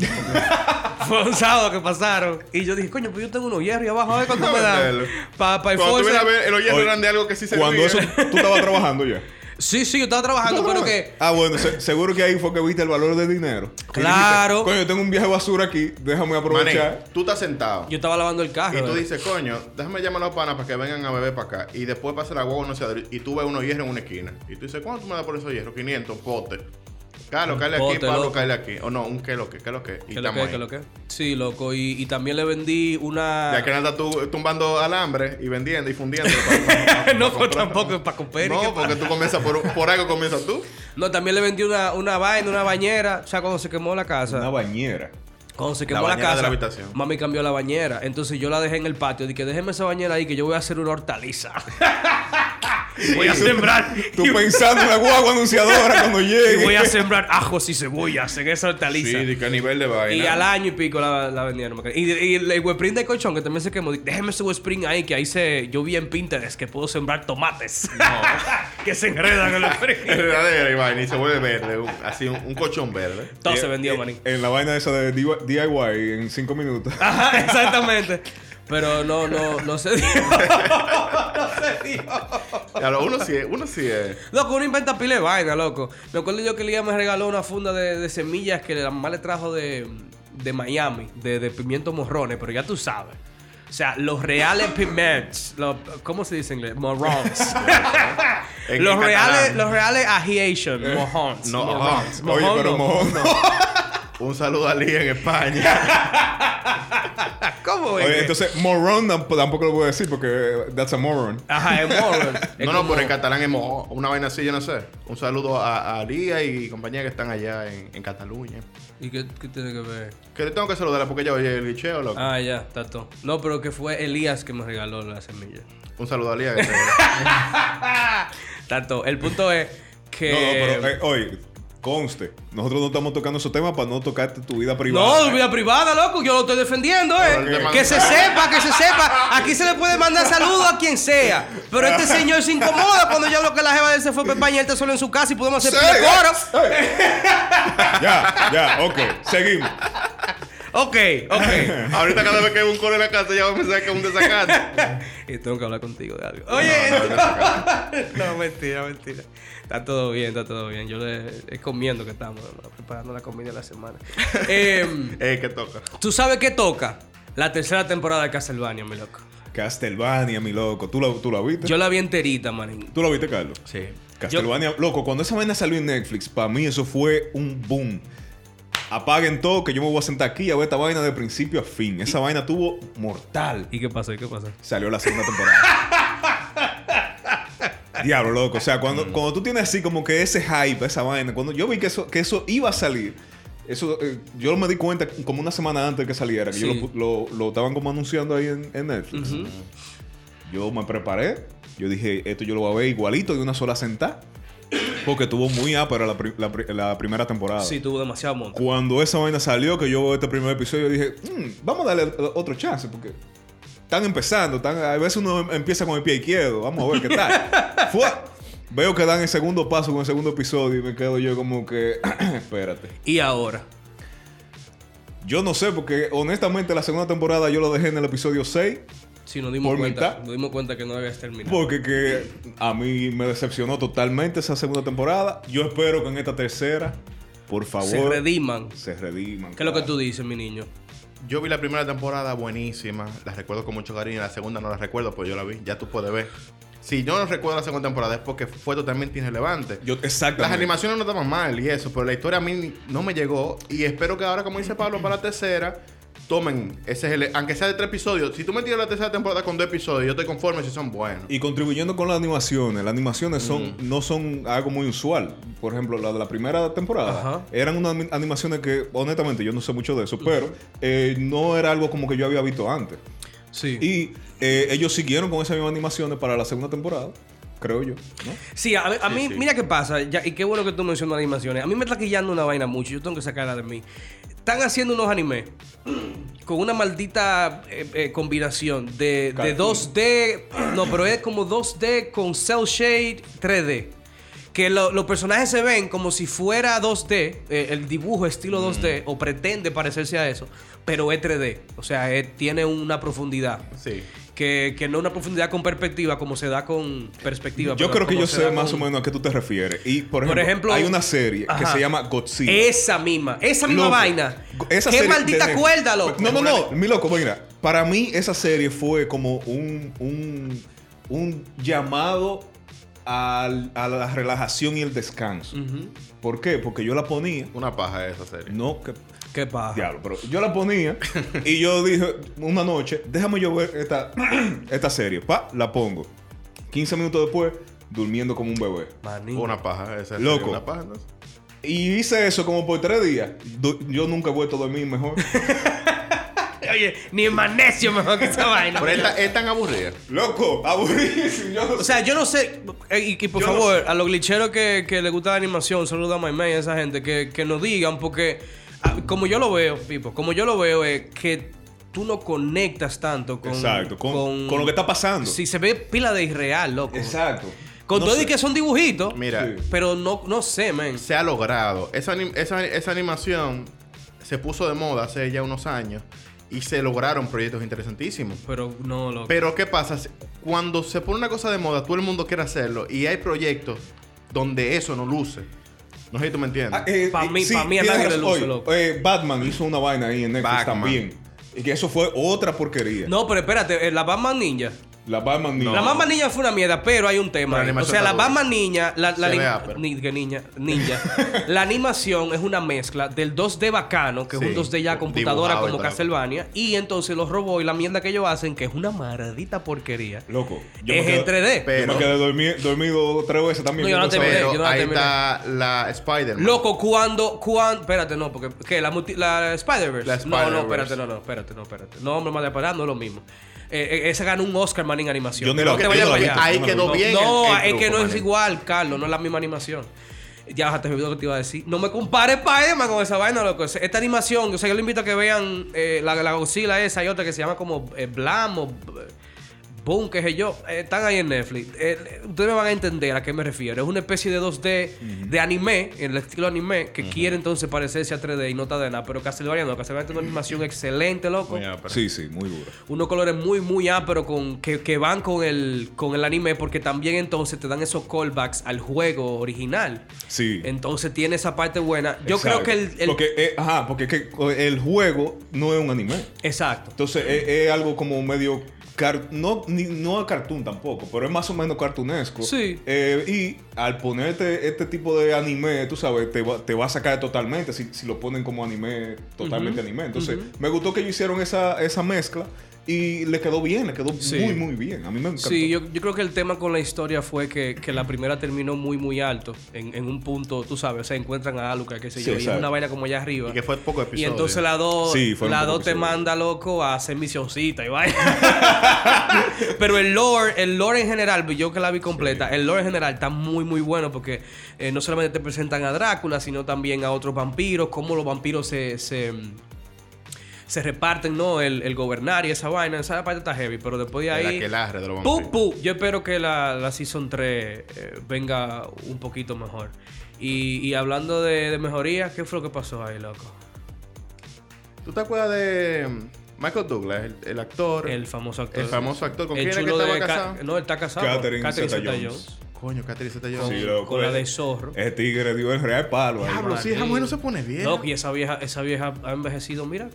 [SPEAKER 3] Fue un sábado que pasaron. Y yo dije, coño, pues yo tengo unos hierros y abajo, a ver cuánto me dan.
[SPEAKER 2] Venderlo.
[SPEAKER 3] Para pa el
[SPEAKER 2] Cuando tú vienes
[SPEAKER 3] Forza.
[SPEAKER 2] a ver, el hoyo
[SPEAKER 4] Oye,
[SPEAKER 2] eran de algo que sí se
[SPEAKER 4] Cuando
[SPEAKER 2] vive.
[SPEAKER 4] eso, tú estabas trabajando ya.
[SPEAKER 3] Sí, sí, yo estaba trabajando, pero que.
[SPEAKER 4] Ah, bueno, se- seguro que ahí fue que viste el valor del dinero. Y
[SPEAKER 3] Claro.
[SPEAKER 4] dijiste, Coño, yo tengo un viaje basura aquí, déjame
[SPEAKER 2] Manín,
[SPEAKER 4] aprovechar.
[SPEAKER 2] tú estás sentado.
[SPEAKER 3] Yo estaba lavando el carro.
[SPEAKER 2] Y tú
[SPEAKER 3] ¿verdad?
[SPEAKER 2] dices, coño, déjame llamar a los panas para que vengan a beber para acá. Y después pasa la guagua no sé, y tú ves unos hierros en una esquina. Y tú dices, ¿cuánto tú me das por esos hierros? 500, pote. Claro, cale aquí,
[SPEAKER 3] pote,
[SPEAKER 2] Pablo,
[SPEAKER 3] loco.
[SPEAKER 2] cale aquí. O no, un qué lo que, qué lo que. Y
[SPEAKER 3] ¿Qué lo
[SPEAKER 2] estamos
[SPEAKER 3] que,
[SPEAKER 2] ahí.
[SPEAKER 3] qué lo que? Sí, loco. Y, y también le vendí
[SPEAKER 2] Ya que
[SPEAKER 3] una.
[SPEAKER 2] nada, tú tumbando alambre y vendiendo y fundiendo. para- para- para- para
[SPEAKER 3] no fue
[SPEAKER 2] comprar.
[SPEAKER 3] tampoco para comer.
[SPEAKER 2] No, porque tú comienzas por, por algo comienzas tú.
[SPEAKER 3] No, también le vendí una, una vaina, una bañera. O sea, cuando se quemó la casa.
[SPEAKER 4] Una bañera.
[SPEAKER 3] Cuando se quemó la,
[SPEAKER 2] bañera
[SPEAKER 3] casa,
[SPEAKER 2] de la habitación.
[SPEAKER 3] mami cambió la bañera. Entonces yo la dejé en el patio. Dije, déjeme esa bañera ahí que yo voy a hacer una hortaliza. voy a sembrar.
[SPEAKER 4] Tú pensando en la guagua anunciadora cuando
[SPEAKER 3] Y
[SPEAKER 4] llegue.
[SPEAKER 3] voy a sembrar ajos y cebollas en esa hortaliza.
[SPEAKER 2] de qué nivel de
[SPEAKER 3] y al año y pico la, la vendieron. me acuerdo. Y, y el webprint de colchón que también se quemó. Dije, Déjeme ese webprint ahí que ahí se. Yo vi en Pinterest que puedo sembrar tomates. que se enredan en el
[SPEAKER 2] Es
[SPEAKER 3] frío.
[SPEAKER 2] verdadera y vaina, y se vuelve verde, un- así un, un colchón verde.
[SPEAKER 3] Todo se vendió, maní.
[SPEAKER 4] En la vaina esa de DIY en cinco minutos.
[SPEAKER 3] Ajá, exactamente. Pero no, no, no se dio. no se dio.
[SPEAKER 2] A lo- uno sí es, uno sí es.
[SPEAKER 3] Loco, uno inventa pile de vaina, loco. Me acuerdo yo que Lía me regaló una funda de, de semillas que la mamá le trajo de, de Miami, de, de pimientos morrones, pero ya tú sabes. O sea, los reales piments. los- ¿Cómo se dice en inglés? Morons.
[SPEAKER 2] En- en
[SPEAKER 3] los, reales,
[SPEAKER 2] catalán. Eh,
[SPEAKER 3] los reales agiation. Morons.
[SPEAKER 2] no,
[SPEAKER 3] morons.
[SPEAKER 2] ajá.
[SPEAKER 4] Oye,
[SPEAKER 3] Mojón,
[SPEAKER 4] pero
[SPEAKER 3] no.
[SPEAKER 4] mojón.
[SPEAKER 2] Un saludo a Lee en España.
[SPEAKER 3] ¿Cómo es?
[SPEAKER 4] Oye, entonces, moron tamp- tampoco lo puedo decir porque eh, that's a moron.
[SPEAKER 3] Ajá, es moron. Es
[SPEAKER 2] No, no,
[SPEAKER 3] como-
[SPEAKER 2] por el catalán es mo- una vaina así, yo no sé. Un saludo a, a Lía y compañía que están allá en, en Cataluña.
[SPEAKER 3] ¿Y qué, qué tiene que ver?
[SPEAKER 2] Que le tengo que saludar porque ella oye el licheo, loco.
[SPEAKER 3] Ah, ya, está todo. No, pero que fue Elías que me regaló la semilla.
[SPEAKER 2] Un saludo a Lía. que te-
[SPEAKER 3] Tanto, el punto es que.
[SPEAKER 4] No, no, pero eh, oye, conste, nosotros no estamos tocando esos temas para no tocarte tu vida privada.
[SPEAKER 3] No, vida privada, loco, yo lo estoy defendiendo, eh.
[SPEAKER 2] Ok.
[SPEAKER 3] Que se sepa, que se sepa. Aquí se le puede mandar saludos a quien sea. Pero este señor se incomoda cuando yo hablo que la jeva de él se fue para España, él está solo en su casa y podemos hacer
[SPEAKER 4] Sí,
[SPEAKER 3] pile coro.
[SPEAKER 4] eh, ya, ya, ok, seguimos.
[SPEAKER 3] Ok, ok.
[SPEAKER 2] Ahorita cada vez que hay un coro en la casa, ya va a pensar que es un desacate.
[SPEAKER 3] Y tengo que hablar contigo de algo. Oye,
[SPEAKER 2] No, no,
[SPEAKER 3] no, mentira, mentira. Está todo bien, está todo bien. Yo le es comiendo que estamos ¿no? preparando la comida de la semana. Em,
[SPEAKER 2] Eh, que toca.
[SPEAKER 3] ¿Tú sabes qué toca? La tercera temporada de Castlevania, mi loco.
[SPEAKER 4] Castlevania, mi loco. ¿Tú la, tú la viste?
[SPEAKER 3] Yo la vi enterita, manín.
[SPEAKER 4] ¿Tú la viste, Carlos?
[SPEAKER 3] Sí.
[SPEAKER 4] Castlevania, loco, cuando esa vaina salió en Netflix, para mí eso fue un boom. Apaguen todo, que yo me voy a sentar aquí a ver esta vaina de principio a fin. Esa vaina tuvo mortal.
[SPEAKER 3] ¿Y qué pasó? ¿Y qué pasó?
[SPEAKER 4] Salió la segunda temporada. Diablo, loco. O sea, cuando, cuando tú tienes así como que ese hype, esa vaina, cuando yo vi que eso, que eso iba a salir, eso eh, yo me di cuenta como una semana antes de que saliera, que yo
[SPEAKER 3] Sí.
[SPEAKER 4] lo, lo- lo estaban como anunciando ahí en, en Netflix. Yo me preparé. Yo dije, esto yo lo voy a ver igualito de una sola sentada. Porque tuvo muy ápera la, pri- la pri- la primera temporada.
[SPEAKER 3] Sí, tuvo demasiado monto.
[SPEAKER 4] Cuando esa vaina salió, que yo veo este primer episodio, dije, "Mm, vamos a darle eh, otro chance. Porque están empezando. Están, a veces uno em- empieza con el pie izquierdo. Vamos a ver qué tal. Fue. Veo que dan el segundo paso con el segundo episodio y me quedo yo como que, espérate.
[SPEAKER 3] Y ahora.
[SPEAKER 4] Yo no sé, porque honestamente la segunda temporada yo lo dejé en el episodio 6.
[SPEAKER 3] Sí, nos dimos
[SPEAKER 4] Por
[SPEAKER 3] cuenta.
[SPEAKER 4] mitad.
[SPEAKER 3] Nos dimos cuenta que no habías terminado.
[SPEAKER 4] Porque que a mí me decepcionó totalmente esa segunda temporada. Yo espero que en esta tercera, por favor,
[SPEAKER 3] Se rediman.
[SPEAKER 4] se rediman.
[SPEAKER 3] ¿Qué es lo que
[SPEAKER 4] claro.
[SPEAKER 3] tú dices, mi niño?
[SPEAKER 2] Yo vi la primera temporada buenísima, la recuerdo con mucho cariño, la segunda no la recuerdo, pero yo la vi, ya tú puedes ver. Si yo no recuerdo la segunda temporada es porque fue totalmente irrelevante.
[SPEAKER 4] Yo, exactamente.
[SPEAKER 2] Las animaciones no estaban mal y eso, pero la historia a mí no me llegó y espero que ahora, como dice Pablo, para la tercera, tomen ese, es el- aunque sea de tres episodios, si tú me tiras la tercera temporada con dos episodios, yo estoy conforme si son buenos.
[SPEAKER 4] Y contribuyendo con las animaciones. Las animaciones son,
[SPEAKER 3] Mm.
[SPEAKER 4] no son algo muy usual. Por ejemplo, la de la primera temporada
[SPEAKER 3] Ajá.
[SPEAKER 4] eran unas anim- animaciones que, honestamente, yo no sé mucho de eso, pero eh, no era algo como que yo había visto antes.
[SPEAKER 3] Sí.
[SPEAKER 4] Y eh, ellos siguieron con esas mismas animaciones para la segunda temporada, creo yo. ¿no?
[SPEAKER 3] Sí, a, a mí,
[SPEAKER 2] sí.
[SPEAKER 3] mira qué pasa, ya- y qué bueno que tú mencionas animaciones. A mí me está quillando una vaina mucho, yo tengo que sacarla de mí. Están haciendo unos animes con una maldita eh, eh, combinación de, de
[SPEAKER 4] Cartoon.
[SPEAKER 3] 2D, no, pero es como 2D con cel shade 3D. Que lo- los personajes se ven como si fuera 2D, eh, el dibujo estilo 2D,
[SPEAKER 2] Mm.
[SPEAKER 3] o pretende parecerse a eso, pero es 3D. O sea, es- tiene una profundidad.
[SPEAKER 2] Sí.
[SPEAKER 3] Que, que no una profundidad con perspectiva, como se da con perspectiva.
[SPEAKER 4] Yo
[SPEAKER 3] pero
[SPEAKER 4] creo que
[SPEAKER 3] como
[SPEAKER 4] yo
[SPEAKER 3] se
[SPEAKER 4] sé
[SPEAKER 3] da
[SPEAKER 4] más
[SPEAKER 3] con-
[SPEAKER 4] o menos a qué tú te refieres. Y por ejemplo,
[SPEAKER 3] Por ejemplo,
[SPEAKER 4] hay una serie que
[SPEAKER 3] ajá.
[SPEAKER 4] se llama Godzilla.
[SPEAKER 3] Esa misma, esa misma
[SPEAKER 4] Loco,
[SPEAKER 3] vaina.
[SPEAKER 4] esa
[SPEAKER 3] Qué
[SPEAKER 4] serie de
[SPEAKER 3] maldita
[SPEAKER 4] Netflix.
[SPEAKER 3] cuerda, loco.
[SPEAKER 4] No, no, no. Mi loco, mira. Para mí, esa serie fue como un, un, un llamado al- a la relajación y el descanso.
[SPEAKER 3] Ujú.
[SPEAKER 4] ¿Por qué? Porque yo la ponía.
[SPEAKER 2] Una paja esa serie.
[SPEAKER 4] No, que.
[SPEAKER 3] Qué paja.
[SPEAKER 4] Diablo, pero yo la ponía y yo dije una noche, déjame yo ver esta, esta serie. Pa, la pongo. 15 minutos después, durmiendo como un bebé.
[SPEAKER 3] Manín.
[SPEAKER 2] Una paja esa serie,
[SPEAKER 4] Loco.
[SPEAKER 2] Una paja, entonces.
[SPEAKER 4] Y hice eso como por tres días. Du- Yo nunca he vuelto a dormir mejor.
[SPEAKER 3] Oye, ni el magnesio mejor que esa vaina.
[SPEAKER 2] Pero esta- es tan aburrida.
[SPEAKER 4] Loco, aburridísimo. Yo no
[SPEAKER 3] O
[SPEAKER 4] sé.
[SPEAKER 3] sea, yo no sé. eh, Y, y por
[SPEAKER 4] Yo no
[SPEAKER 3] favor, a los glitcheros que, que les gusta la animación, saluda a My May, a esa gente, que, que nos digan, porque ah, como yo lo veo, Pipo, como yo lo veo es que tú no conectas tanto con.
[SPEAKER 4] Exacto, con, con lo que está pasando.
[SPEAKER 3] Si se ve pila de irreal, loco.
[SPEAKER 4] Exacto.
[SPEAKER 3] Con
[SPEAKER 4] No
[SPEAKER 3] todo y
[SPEAKER 4] sé.
[SPEAKER 3] que son dibujitos.
[SPEAKER 2] Mira,
[SPEAKER 4] Sí.
[SPEAKER 3] Pero no, no sé, man.
[SPEAKER 2] se ha logrado. Esa, anim- esa- esa animación se puso de moda hace ya unos años y se lograron proyectos interesantísimos.
[SPEAKER 3] Pero no, loco.
[SPEAKER 2] Pero ¿qué pasa? Cuando se pone una cosa de moda, todo el mundo quiere hacerlo y hay proyectos donde eso no luce. No sé si tú me entiendes.
[SPEAKER 4] Ah, eh,
[SPEAKER 3] Pa'
[SPEAKER 4] eh,
[SPEAKER 3] mí- pa' mí a
[SPEAKER 4] tienes
[SPEAKER 3] nadie le
[SPEAKER 4] razón.
[SPEAKER 3] luce,
[SPEAKER 4] Oye,
[SPEAKER 3] loco.
[SPEAKER 4] eh, Batman hizo una vaina ahí en Netflix
[SPEAKER 2] Batman.
[SPEAKER 4] también. Y que eso fue otra porquería.
[SPEAKER 3] No, pero espérate, eh, la Batman Ninja.
[SPEAKER 4] La Batman Ninja.
[SPEAKER 3] La Batman Ninja fue una mierda, pero hay un tema.
[SPEAKER 2] La
[SPEAKER 3] ahí. o
[SPEAKER 2] animación
[SPEAKER 3] sea, la
[SPEAKER 2] está dura.
[SPEAKER 3] Batman Ninja, la, la
[SPEAKER 2] Se
[SPEAKER 3] anim-
[SPEAKER 2] ve ápera.
[SPEAKER 3] ni- que niña, ninja. la animación es una mezcla del 2D bacano, que
[SPEAKER 2] Sí,
[SPEAKER 3] es un 2D ya computadora
[SPEAKER 2] dibujado y
[SPEAKER 3] como
[SPEAKER 2] todo.
[SPEAKER 3] Castlevania, y entonces los robots y la mierda que ellos hacen, que es una maldita porquería.
[SPEAKER 4] Loco.
[SPEAKER 3] es en 3D.
[SPEAKER 2] Pero-
[SPEAKER 4] Yo me quedé dormi- dormido tres veces
[SPEAKER 3] No,
[SPEAKER 4] también.
[SPEAKER 3] yo no te
[SPEAKER 4] pensaba-
[SPEAKER 3] veo. yo
[SPEAKER 2] Pero
[SPEAKER 3] no la
[SPEAKER 2] ahí
[SPEAKER 3] terminé.
[SPEAKER 2] está la Spider-Man.
[SPEAKER 3] Loco, cuando, cuando, espérate, no, porque, ¿qué? La, multi- la Spider-Verse.
[SPEAKER 2] La
[SPEAKER 3] no,
[SPEAKER 2] Spider-Verse.
[SPEAKER 3] no, espérate, no, no, espérate, no, espérate. No, hombre, madre, para, no es lo mismo. Eh, eh, ese ganó un Oscar, man, en animación.
[SPEAKER 4] Yo ni
[SPEAKER 3] no
[SPEAKER 4] lo-
[SPEAKER 3] te
[SPEAKER 4] yo
[SPEAKER 3] vayas
[SPEAKER 4] no lo
[SPEAKER 3] para
[SPEAKER 4] vi.
[SPEAKER 3] allá.
[SPEAKER 4] Ahí
[SPEAKER 3] No,
[SPEAKER 4] quedó
[SPEAKER 3] no,
[SPEAKER 2] bien
[SPEAKER 3] No,
[SPEAKER 2] el- el
[SPEAKER 3] es que no
[SPEAKER 2] truco,
[SPEAKER 3] es
[SPEAKER 2] man.
[SPEAKER 3] igual, Carlos, no es la misma animación. Ya, hasta te olvidó lo que te iba a decir. No me compares Spider-Man con esa vaina, loco. Esta animación, o sea, yo le invito a que vean eh, la, la Godzilla esa y otra que se llama como eh, Blam o... Boom, qué sé yo, Eh, están ahí en Netflix. Eh, ustedes me van a entender a qué me refiero. Es una especie de 2D de anime, en el estilo anime, que quiere entonces parecerse a 3D y no está de nada. Pero Castlevania no, Castlevania tiene una animación excelente, loco.
[SPEAKER 2] Muy ápera.
[SPEAKER 4] Sí, sí, muy dura.
[SPEAKER 3] Unos colores muy, muy pero con, que, que van con el, con el anime, porque también entonces te dan esos callbacks al juego original.
[SPEAKER 4] Sí.
[SPEAKER 3] Entonces tiene esa parte buena. Yo creo
[SPEAKER 4] Exacto.
[SPEAKER 3] que el. el-
[SPEAKER 4] Porque, eh, ajá, porque es que eh, el juego no es un anime.
[SPEAKER 3] Exacto.
[SPEAKER 4] Entonces es, es algo como medio. car- no, ni, no es cartoon tampoco, pero es más o menos cartunesco.
[SPEAKER 3] Sí.
[SPEAKER 4] Eh, y al ponerte este tipo de anime, tú sabes, te va, te va a sacar totalmente si, si lo ponen como anime, totalmente anime. Entonces, me gustó que ellos hicieron esa, esa mezcla y le quedó bien, le quedó
[SPEAKER 3] Sí.
[SPEAKER 4] muy, muy bien. A mí me encantó.
[SPEAKER 3] Sí, yo, yo creo que el tema con la historia fue que, que la primera terminó muy, muy alto. En, en un punto, tú sabes, se encuentran a Alucard, qué sé
[SPEAKER 4] Sí,
[SPEAKER 3] yo, y es
[SPEAKER 4] exacto.
[SPEAKER 3] una vaina como allá arriba.
[SPEAKER 2] Y que fue poco
[SPEAKER 3] Y
[SPEAKER 2] episodio.
[SPEAKER 3] entonces la dos,
[SPEAKER 4] Sí, fueron
[SPEAKER 3] la
[SPEAKER 4] pocos
[SPEAKER 3] dos te
[SPEAKER 4] episodios.
[SPEAKER 3] manda loco a hacer misioncita y vaina. Pero el lore, el lore en general, pues, yo que la vi completa, el lore en general está muy muy bueno porque eh, no solamente te presentan a Drácula, sino también a otros vampiros, cómo los vampiros se, se, se reparten, ¿no? El, el gobernar y esa vaina, esa parte está heavy, pero después de
[SPEAKER 2] El
[SPEAKER 3] ahí...
[SPEAKER 2] aquelarre de los
[SPEAKER 3] Pu,
[SPEAKER 2] vampiros.
[SPEAKER 3] pu. Yo espero que la, la Season 3 eh, venga un poquito mejor. Y, y hablando de, de mejorías, ¿qué fue lo que pasó ahí, loco?
[SPEAKER 2] ¿Tú te acuerdas de mm, Michael Douglas, el, el actor?
[SPEAKER 3] El famoso actor.
[SPEAKER 2] Pues, El famoso actor. ¿Con
[SPEAKER 3] El
[SPEAKER 2] quién era que
[SPEAKER 3] chulo
[SPEAKER 2] estaba
[SPEAKER 3] de Ca-
[SPEAKER 2] casado?
[SPEAKER 3] No, él está casado.
[SPEAKER 4] Catherine
[SPEAKER 3] Zeta-Jones.
[SPEAKER 4] Zeta-Jones.
[SPEAKER 2] Coño, Catherine Zeta-Jones.
[SPEAKER 3] Con,
[SPEAKER 4] Sí, loco,
[SPEAKER 3] con la
[SPEAKER 4] eh.
[SPEAKER 3] de Zorro.
[SPEAKER 4] Ese tigre dio el real palo. ahí,
[SPEAKER 2] Diablo,
[SPEAKER 4] mano.
[SPEAKER 2] sí, esa mujer no se pone bien.
[SPEAKER 3] Loco, y esa vieja, esa vieja ha envejecido, mira.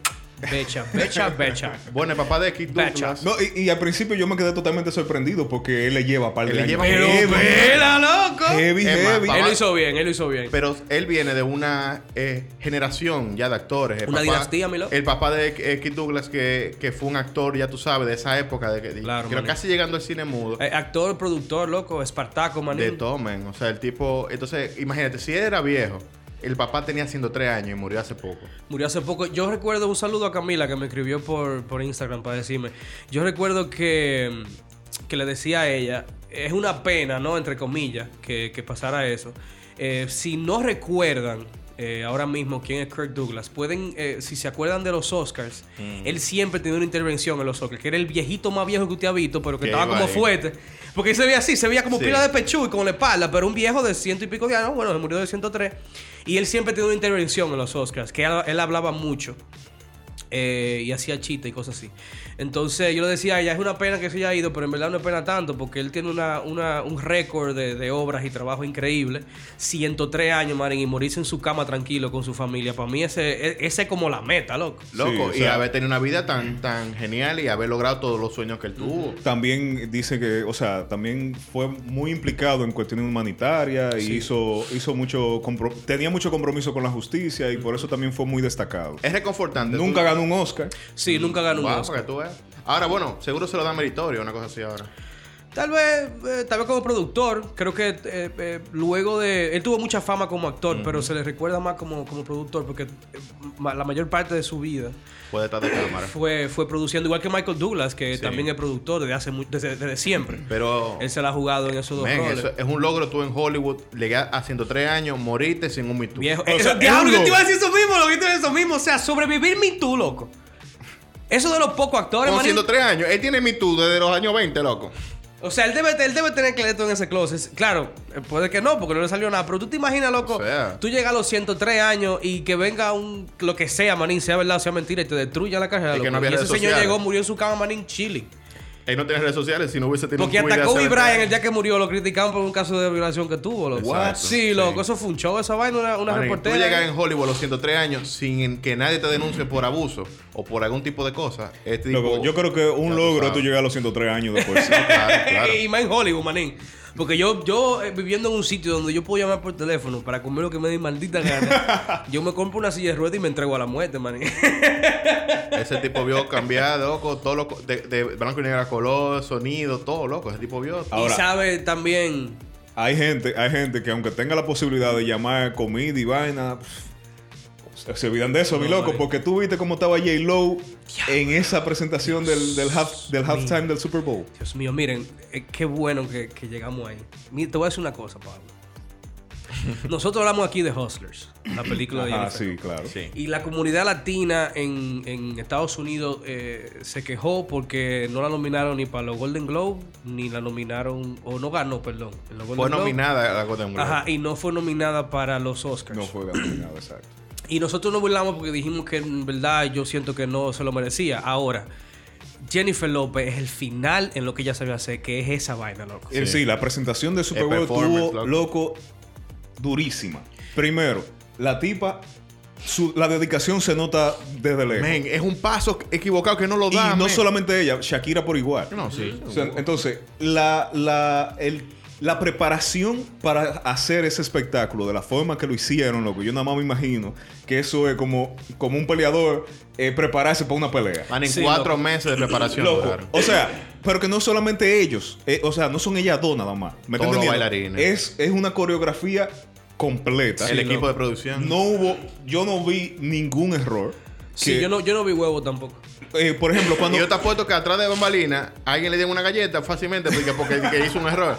[SPEAKER 3] Becha, becha, becha.
[SPEAKER 2] Bueno, el papá de Kid Douglas.
[SPEAKER 3] Bachas.
[SPEAKER 4] No, y, y al principio yo me quedé totalmente sorprendido porque él le lleva par de
[SPEAKER 2] Él le
[SPEAKER 4] años.
[SPEAKER 2] lleva
[SPEAKER 4] Heavy,
[SPEAKER 2] mucho.
[SPEAKER 3] ¡Mira, loco!
[SPEAKER 4] heavy,
[SPEAKER 2] Es más,
[SPEAKER 4] heavy.
[SPEAKER 2] pa-
[SPEAKER 3] Él lo hizo bien, él lo hizo bien.
[SPEAKER 2] Pero él viene de una eh, generación ya de actores. El
[SPEAKER 3] Una
[SPEAKER 2] papá-
[SPEAKER 3] dinastía, mi loco.
[SPEAKER 2] El papá de eh, Kid Douglas, que, que fue un actor, ya tú sabes, de esa época. De, que
[SPEAKER 3] Claro,
[SPEAKER 2] creo
[SPEAKER 3] manín.
[SPEAKER 2] casi llegando al cine mudo.
[SPEAKER 3] Eh, actor, productor, loco, Espartaco,
[SPEAKER 2] de
[SPEAKER 3] manín.
[SPEAKER 2] Tomen. O sea, el tipo. Entonces, imagínate, si él era viejo, el papá tenía 103 años y murió hace poco.
[SPEAKER 3] Murió hace poco. Yo recuerdo un saludo a Camila que me escribió por, por Instagram para decirme. Yo recuerdo que, que le decía a ella, es una pena, ¿no? Entre comillas, que, que pasara eso. Eh, si no recuerdan eh, ahora mismo quién es Kirk Douglas, pueden, eh, si se acuerdan de los Oscars, él siempre tenía una intervención en los Oscars, que era el viejito más viejo que usted ha visto, pero que
[SPEAKER 2] Que
[SPEAKER 3] estaba
[SPEAKER 2] iba
[SPEAKER 3] como
[SPEAKER 2] ahí.
[SPEAKER 3] fuerte. Este, Porque él se veía así, se veía como
[SPEAKER 2] Sí.
[SPEAKER 3] pila de pechú y con la espalda, pero un viejo de ciento y pico de años, bueno, se murió de 103. Y él siempre tenía una intervención en los Oscars, que él, él hablaba mucho. eh, y hacía chistes y cosas así. Entonces yo le decía a ella, es una pena que se haya ido, pero en verdad no es pena tanto, porque él tiene una, una- un récord de, de obras y trabajo increíble. 103 años, Marín, y morirse en su cama tranquilo con su familia. Para mí ese, e- ese es como la meta, loco.
[SPEAKER 2] Loco.
[SPEAKER 4] o
[SPEAKER 2] y
[SPEAKER 4] sea-
[SPEAKER 2] haber tenido una vida tan, tan genial y haber logrado todos los sueños que él tuvo.
[SPEAKER 4] También dice que, o sea, también fue muy implicado en cuestiones humanitarias y hizo, hizo mucho, compro- tenía mucho compromiso con la justicia y por eso también fue muy destacado.
[SPEAKER 2] Es reconfortante.
[SPEAKER 4] Nunca ganó un Oscar.
[SPEAKER 3] Sí, nunca ganó
[SPEAKER 2] Tú-
[SPEAKER 3] un
[SPEAKER 2] Wow,
[SPEAKER 3] Oscar.
[SPEAKER 2] para que tú veas. Ahora, bueno, seguro se lo da meritorio, una cosa así ahora.
[SPEAKER 3] Tal vez, eh, tal vez como productor, creo que eh, eh, luego de... Él tuvo mucha fama como actor, pero se le recuerda más como, como productor, porque eh, ma- la mayor parte de su vida
[SPEAKER 2] Puede estar de cámara.
[SPEAKER 3] fue, fue produciendo, igual que Michael Douglas, que
[SPEAKER 2] Sí.
[SPEAKER 3] también es productor desde, hace mu- desde, desde siempre.
[SPEAKER 2] Pero.
[SPEAKER 3] Él se la ha jugado en esos dos
[SPEAKER 2] men,
[SPEAKER 3] roles.
[SPEAKER 2] eso es un logro tú en Hollywood, llegar a 103 años, morirte sin un mito.
[SPEAKER 3] Viejo,
[SPEAKER 4] sea,
[SPEAKER 3] eso-
[SPEAKER 4] es un
[SPEAKER 3] diablo, yo te
[SPEAKER 4] logro.
[SPEAKER 3] iba a decir eso mismo, lo que te iba a decir eso mismo. O sea, sobrevivir mi tú, loco. Eso de los pocos actores,
[SPEAKER 2] Con
[SPEAKER 3] manín.
[SPEAKER 2] 103 años. Él tiene Me Too desde los años 20, loco.
[SPEAKER 3] O sea, él debe, él debe tener cleto en ese closet. Claro, eh, puede que no, porque no le salió nada. Pero tú te imaginas, loco,
[SPEAKER 2] O sea.
[SPEAKER 3] tú llegas a los 103 años y que venga un lo que sea, manín, sea verdad o sea mentira, y te destruya la carrera.
[SPEAKER 2] Y que
[SPEAKER 3] loco.
[SPEAKER 2] no había
[SPEAKER 3] y ese
[SPEAKER 2] redes
[SPEAKER 3] señor
[SPEAKER 2] sociales.
[SPEAKER 3] llegó, murió en su cama, manín, chilling.
[SPEAKER 2] Él no tenía redes sociales, si no hubiese tenido
[SPEAKER 3] Porque
[SPEAKER 2] como idea
[SPEAKER 3] hasta Kobe
[SPEAKER 2] hacer-
[SPEAKER 3] Bryant, el día que murió, lo criticaban por un caso de violación que tuvo. Loco.
[SPEAKER 2] What?
[SPEAKER 3] Sí, loco, eso fue un show, esa vaina, una, una
[SPEAKER 2] Manín,
[SPEAKER 3] reportera.
[SPEAKER 2] Tú llegas en Hollywood a los 103 años sin que nadie te denuncie por abuso o por algún tipo de cosa. Este
[SPEAKER 4] Loco,
[SPEAKER 2] tipo-
[SPEAKER 4] yo creo que
[SPEAKER 2] Ya
[SPEAKER 4] un
[SPEAKER 2] tú
[SPEAKER 4] logro es
[SPEAKER 2] sabes.
[SPEAKER 4] tú llegar a los 103 años después.
[SPEAKER 2] Claro, claro.
[SPEAKER 3] Y más en Hollywood, manín. Porque yo, yo eh, viviendo en un sitio donde yo puedo llamar por teléfono para comer lo que me dé maldita gana, yo me compro una silla de ruedas y me entrego a la muerte, manín.
[SPEAKER 2] Ese tipo vio cambiar, loco, todo loco, de, de blanco y negro a color, sonido, todo loco. Ese tipo vio.
[SPEAKER 4] Ahora-
[SPEAKER 3] y sabe también.
[SPEAKER 4] hay gente, hay gente que aunque tenga la posibilidad de llamar comida y vaina, pff, se- se olvidan de eso, mi loco, porque tú viste cómo estaba J. Lowe en esa presentación del, del, half- del halftime del Super Bowl.
[SPEAKER 3] Dios mío, miren, eh, qué bueno que, que llegamos ahí. Mira, te voy a decir una cosa, Pablo. Nosotros hablamos aquí de Hustlers, la película de
[SPEAKER 4] Ah,
[SPEAKER 3] Jennifer.
[SPEAKER 4] sí, claro.
[SPEAKER 2] Sí.
[SPEAKER 3] Y la comunidad latina en, en Estados Unidos eh, se quejó porque no la nominaron ni para los Golden Globe, ni la nominaron, o no ganó, perdón. en los Golden
[SPEAKER 2] Fue
[SPEAKER 3] Globe.
[SPEAKER 2] nominada a la Golden Globe.
[SPEAKER 3] Ajá, y no fue nominada para los Oscars.
[SPEAKER 4] No fue nada, exacto.
[SPEAKER 3] Y nosotros nos burlamos porque dijimos que en verdad yo siento que no se lo merecía. Ahora, Jennifer López es el final en lo que ella sabe hacer, que es esa vaina, loco.
[SPEAKER 4] Eh, Sí, la presentación de Super
[SPEAKER 2] El
[SPEAKER 4] Bowl
[SPEAKER 2] performance,
[SPEAKER 4] estuvo,
[SPEAKER 2] loco.
[SPEAKER 4] loco, durísima. Primero, la tipa, su- la dedicación se nota desde lejos.
[SPEAKER 2] Men, es un paso equivocado que no lo
[SPEAKER 4] Y
[SPEAKER 2] da.
[SPEAKER 4] no
[SPEAKER 2] men.
[SPEAKER 4] solamente ella, Shakira por igual.
[SPEAKER 2] No, sí.
[SPEAKER 4] O sea, entonces, la, la, el- la preparación para hacer ese espectáculo, de la forma que lo hicieron, loco, yo nada más me imagino que eso es como, como un peleador eh, prepararse para una pelea.
[SPEAKER 2] Van en
[SPEAKER 3] Sí,
[SPEAKER 2] cuatro
[SPEAKER 3] loco.
[SPEAKER 2] meses de preparación.
[SPEAKER 4] Loco,
[SPEAKER 2] duraron.
[SPEAKER 4] o sea, pero que no solamente ellos, eh, o sea, no son ellas dos nada más. ¿Me
[SPEAKER 2] Todos los
[SPEAKER 4] entiendes?
[SPEAKER 2] bailarines.
[SPEAKER 4] Es, es una coreografía completa.
[SPEAKER 2] El
[SPEAKER 4] Sí,
[SPEAKER 2] equipo
[SPEAKER 4] loco.
[SPEAKER 2] de producción.
[SPEAKER 4] No hubo, yo no vi ningún error.
[SPEAKER 3] Sí,
[SPEAKER 4] que-
[SPEAKER 3] yo no, yo no vi huevo tampoco.
[SPEAKER 4] eh, por ejemplo,
[SPEAKER 2] Y
[SPEAKER 4] cuando.
[SPEAKER 2] yo te apuesto que atrás de Bambalina alguien le dio una galleta fácilmente porque, porque di que hizo un error.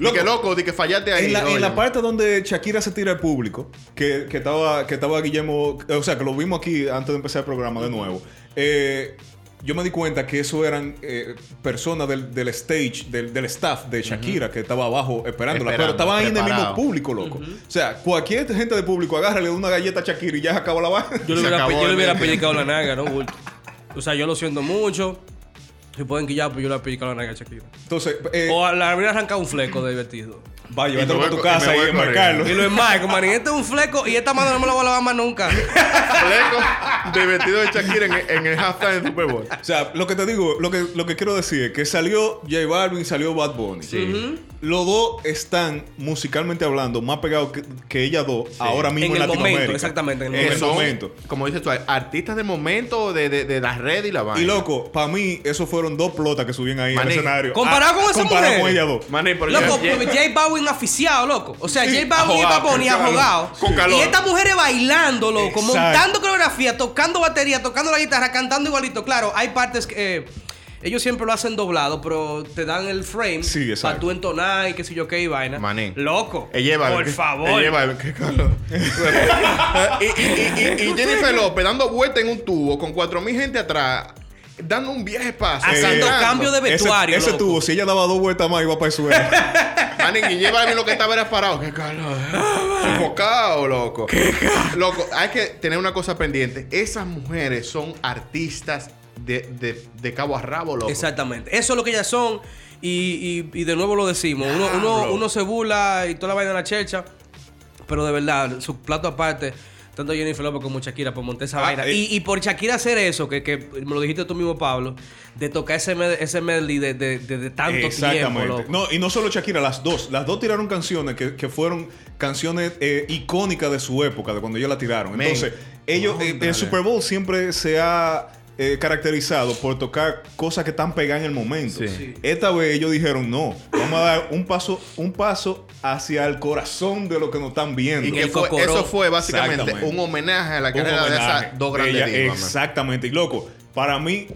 [SPEAKER 2] Loco.
[SPEAKER 4] Loco.
[SPEAKER 2] que loco, di que fallaste ahí.
[SPEAKER 4] En la, en
[SPEAKER 2] Oye,
[SPEAKER 4] la parte donde Shakira se tira al público, que, que estaba, que estaba Guillermo, o sea, que lo vimos aquí antes de empezar el programa de nuevo, eh, yo me di cuenta que eso eran eh, personas del, del stage, del, del staff de Shakira, que estaba abajo esperándola, pero
[SPEAKER 2] Esperando,
[SPEAKER 4] estaban ahí en el
[SPEAKER 2] preparado.
[SPEAKER 4] mismo público, loco. O sea, cualquier gente del público agarra, le da una galleta a Shakira y ya se acaba la vaina.
[SPEAKER 3] Yo
[SPEAKER 2] Se
[SPEAKER 3] le hubiera,
[SPEAKER 2] acabó
[SPEAKER 3] yo le
[SPEAKER 2] el-
[SPEAKER 3] hubiera pellizcado la naga, ¿no? Bulto? O sea, yo lo siento mucho. Si pueden que ya, pues yo le hubiera pellizcado la naga a Shakira.
[SPEAKER 4] Entonces, eh,
[SPEAKER 3] O a la hubiera arrancado un fleco de divertido.
[SPEAKER 4] va, llévatelo
[SPEAKER 2] voy
[SPEAKER 4] para tu
[SPEAKER 2] co- Oh, y me
[SPEAKER 4] casa y,
[SPEAKER 2] voy corriendo.
[SPEAKER 4] enmarcarlo.
[SPEAKER 3] Y lo es más, como este es un fleco y esta mano no me la voy a lavar más nunca.
[SPEAKER 2] Fleco de vestido de Shakira en, en el halftime del Super Bowl.
[SPEAKER 4] O sea, lo que te digo, lo que, lo que quiero decir es que salió J Balvin y salió Bad Bunny. Los dos están, musicalmente hablando, más pegados que, que ellas dos ahora mismo
[SPEAKER 3] En
[SPEAKER 4] en,
[SPEAKER 3] el momento,
[SPEAKER 4] Latinoamérica.
[SPEAKER 3] exactamente, en el
[SPEAKER 4] En
[SPEAKER 2] Que
[SPEAKER 4] el
[SPEAKER 2] son,
[SPEAKER 4] momento.
[SPEAKER 2] Como dices tú, artistas de momento de, de, de las redes y la vaina.
[SPEAKER 4] Y loco, para mí, eso fueron dos plotas que subían ahí en
[SPEAKER 2] Maní,
[SPEAKER 4] el escenario. Ah,
[SPEAKER 3] comparado con esa
[SPEAKER 4] comparado
[SPEAKER 3] mujer.
[SPEAKER 4] con ellas dos.
[SPEAKER 2] Maní, pero yo- yo-
[SPEAKER 3] Loco, pero J Balvin aficiado, loco. O sea,
[SPEAKER 4] Sí,
[SPEAKER 3] J Balvin y
[SPEAKER 2] ajogado,
[SPEAKER 3] Bad Bunny
[SPEAKER 2] claro.
[SPEAKER 3] ajogado.
[SPEAKER 2] Con calor.
[SPEAKER 3] Y estas mujeres bailando, loco,
[SPEAKER 4] Exacto.
[SPEAKER 3] montando coreografía, tocando batería, tocando la guitarra, cantando igualito. Claro, hay partes que eh, ellos siempre lo hacen doblado, pero te dan el frame
[SPEAKER 4] Sí, exacto.
[SPEAKER 3] para tú entonar y qué sé yo qué y vaina.
[SPEAKER 2] Maní.
[SPEAKER 3] Loco.
[SPEAKER 2] Ella Eh, lleva-
[SPEAKER 3] por favor.
[SPEAKER 2] Ella lleva- eh, qué calor. y, y- y- y- y Jennifer López dando vuelta en un tubo con 4.000 gente atrás, dando un viaje espacio.
[SPEAKER 3] Haciendo
[SPEAKER 2] Entrando.
[SPEAKER 3] cambio de vestuario,
[SPEAKER 4] Ese, ese
[SPEAKER 3] loco.
[SPEAKER 4] tubo, si ella daba dos vueltas más, iba para el suelo.
[SPEAKER 2] Manín, y Ah, lleva a mí lo que estaba era parado. Qué calor. Sofocado, loco. Loco, hay que tener una cosa pendiente. Esas mujeres son artistas de, de, de cabo a rabo, loco.
[SPEAKER 3] Exactamente. Eso es lo que ellas son. Y, y- y de nuevo lo decimos. Uno, uno,
[SPEAKER 2] Diablo.
[SPEAKER 3] uno se burla y toda la vaina de la checha. Pero de verdad, su plato aparte, tanto Jennifer López como Shakira, por montar esa
[SPEAKER 4] Ah,
[SPEAKER 3] vaina.
[SPEAKER 4] eh.
[SPEAKER 3] Y, y por Shakira hacer eso, que, que me lo dijiste tú mismo, Pablo, de tocar ese, med- ese medley de, de- de- de tanto tiempo, loco.
[SPEAKER 4] No, y no solo Shakira, las dos. Las dos tiraron canciones que, que fueron canciones eh, icónicas de su época, de cuando ellos la tiraron.
[SPEAKER 2] Men.
[SPEAKER 4] Entonces, ellos, eh,
[SPEAKER 2] Óndale.
[SPEAKER 4] el Super Bowl siempre se ha eh, caracterizado por tocar cosas que están pegadas en el momento.
[SPEAKER 2] Sí.
[SPEAKER 3] Sí.
[SPEAKER 4] Esta vez ellos dijeron, no, vamos a dar un paso, un paso hacia el corazón de lo que nos están viendo.
[SPEAKER 2] Y que
[SPEAKER 3] El
[SPEAKER 2] fue-
[SPEAKER 3] cocoró.
[SPEAKER 2] eso fue básicamente
[SPEAKER 4] Exactamente.
[SPEAKER 2] un homenaje a la
[SPEAKER 4] Un
[SPEAKER 2] carrera de
[SPEAKER 4] homenaje
[SPEAKER 2] esas dos
[SPEAKER 4] de
[SPEAKER 2] grandes
[SPEAKER 4] ella.
[SPEAKER 2] divas, man.
[SPEAKER 4] Exactamente. Y loco, para mí,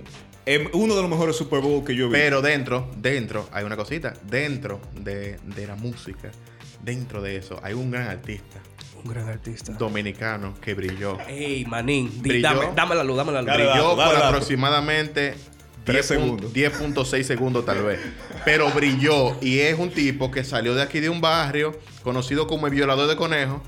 [SPEAKER 4] em, uno de los mejores Super Bowl que yo he visto.
[SPEAKER 2] Pero dentro, dentro, hay una cosita. Dentro de, de la música, dentro de eso, hay un gran artista
[SPEAKER 3] Un gran artista.
[SPEAKER 2] dominicano que brilló.
[SPEAKER 3] Ey, manín, di-
[SPEAKER 2] Brilló.
[SPEAKER 3] dame, dame la luz, dame la luz.
[SPEAKER 4] Dale,
[SPEAKER 2] brilló
[SPEAKER 4] dato, dale
[SPEAKER 2] por
[SPEAKER 4] dato.
[SPEAKER 2] aproximadamente
[SPEAKER 4] Tres
[SPEAKER 2] 10 pun-
[SPEAKER 4] segundos.
[SPEAKER 2] 10.6 segundos tal vez. Pero brilló y es un tipo que salió de aquí de un barrio conocido como el violador de conejos.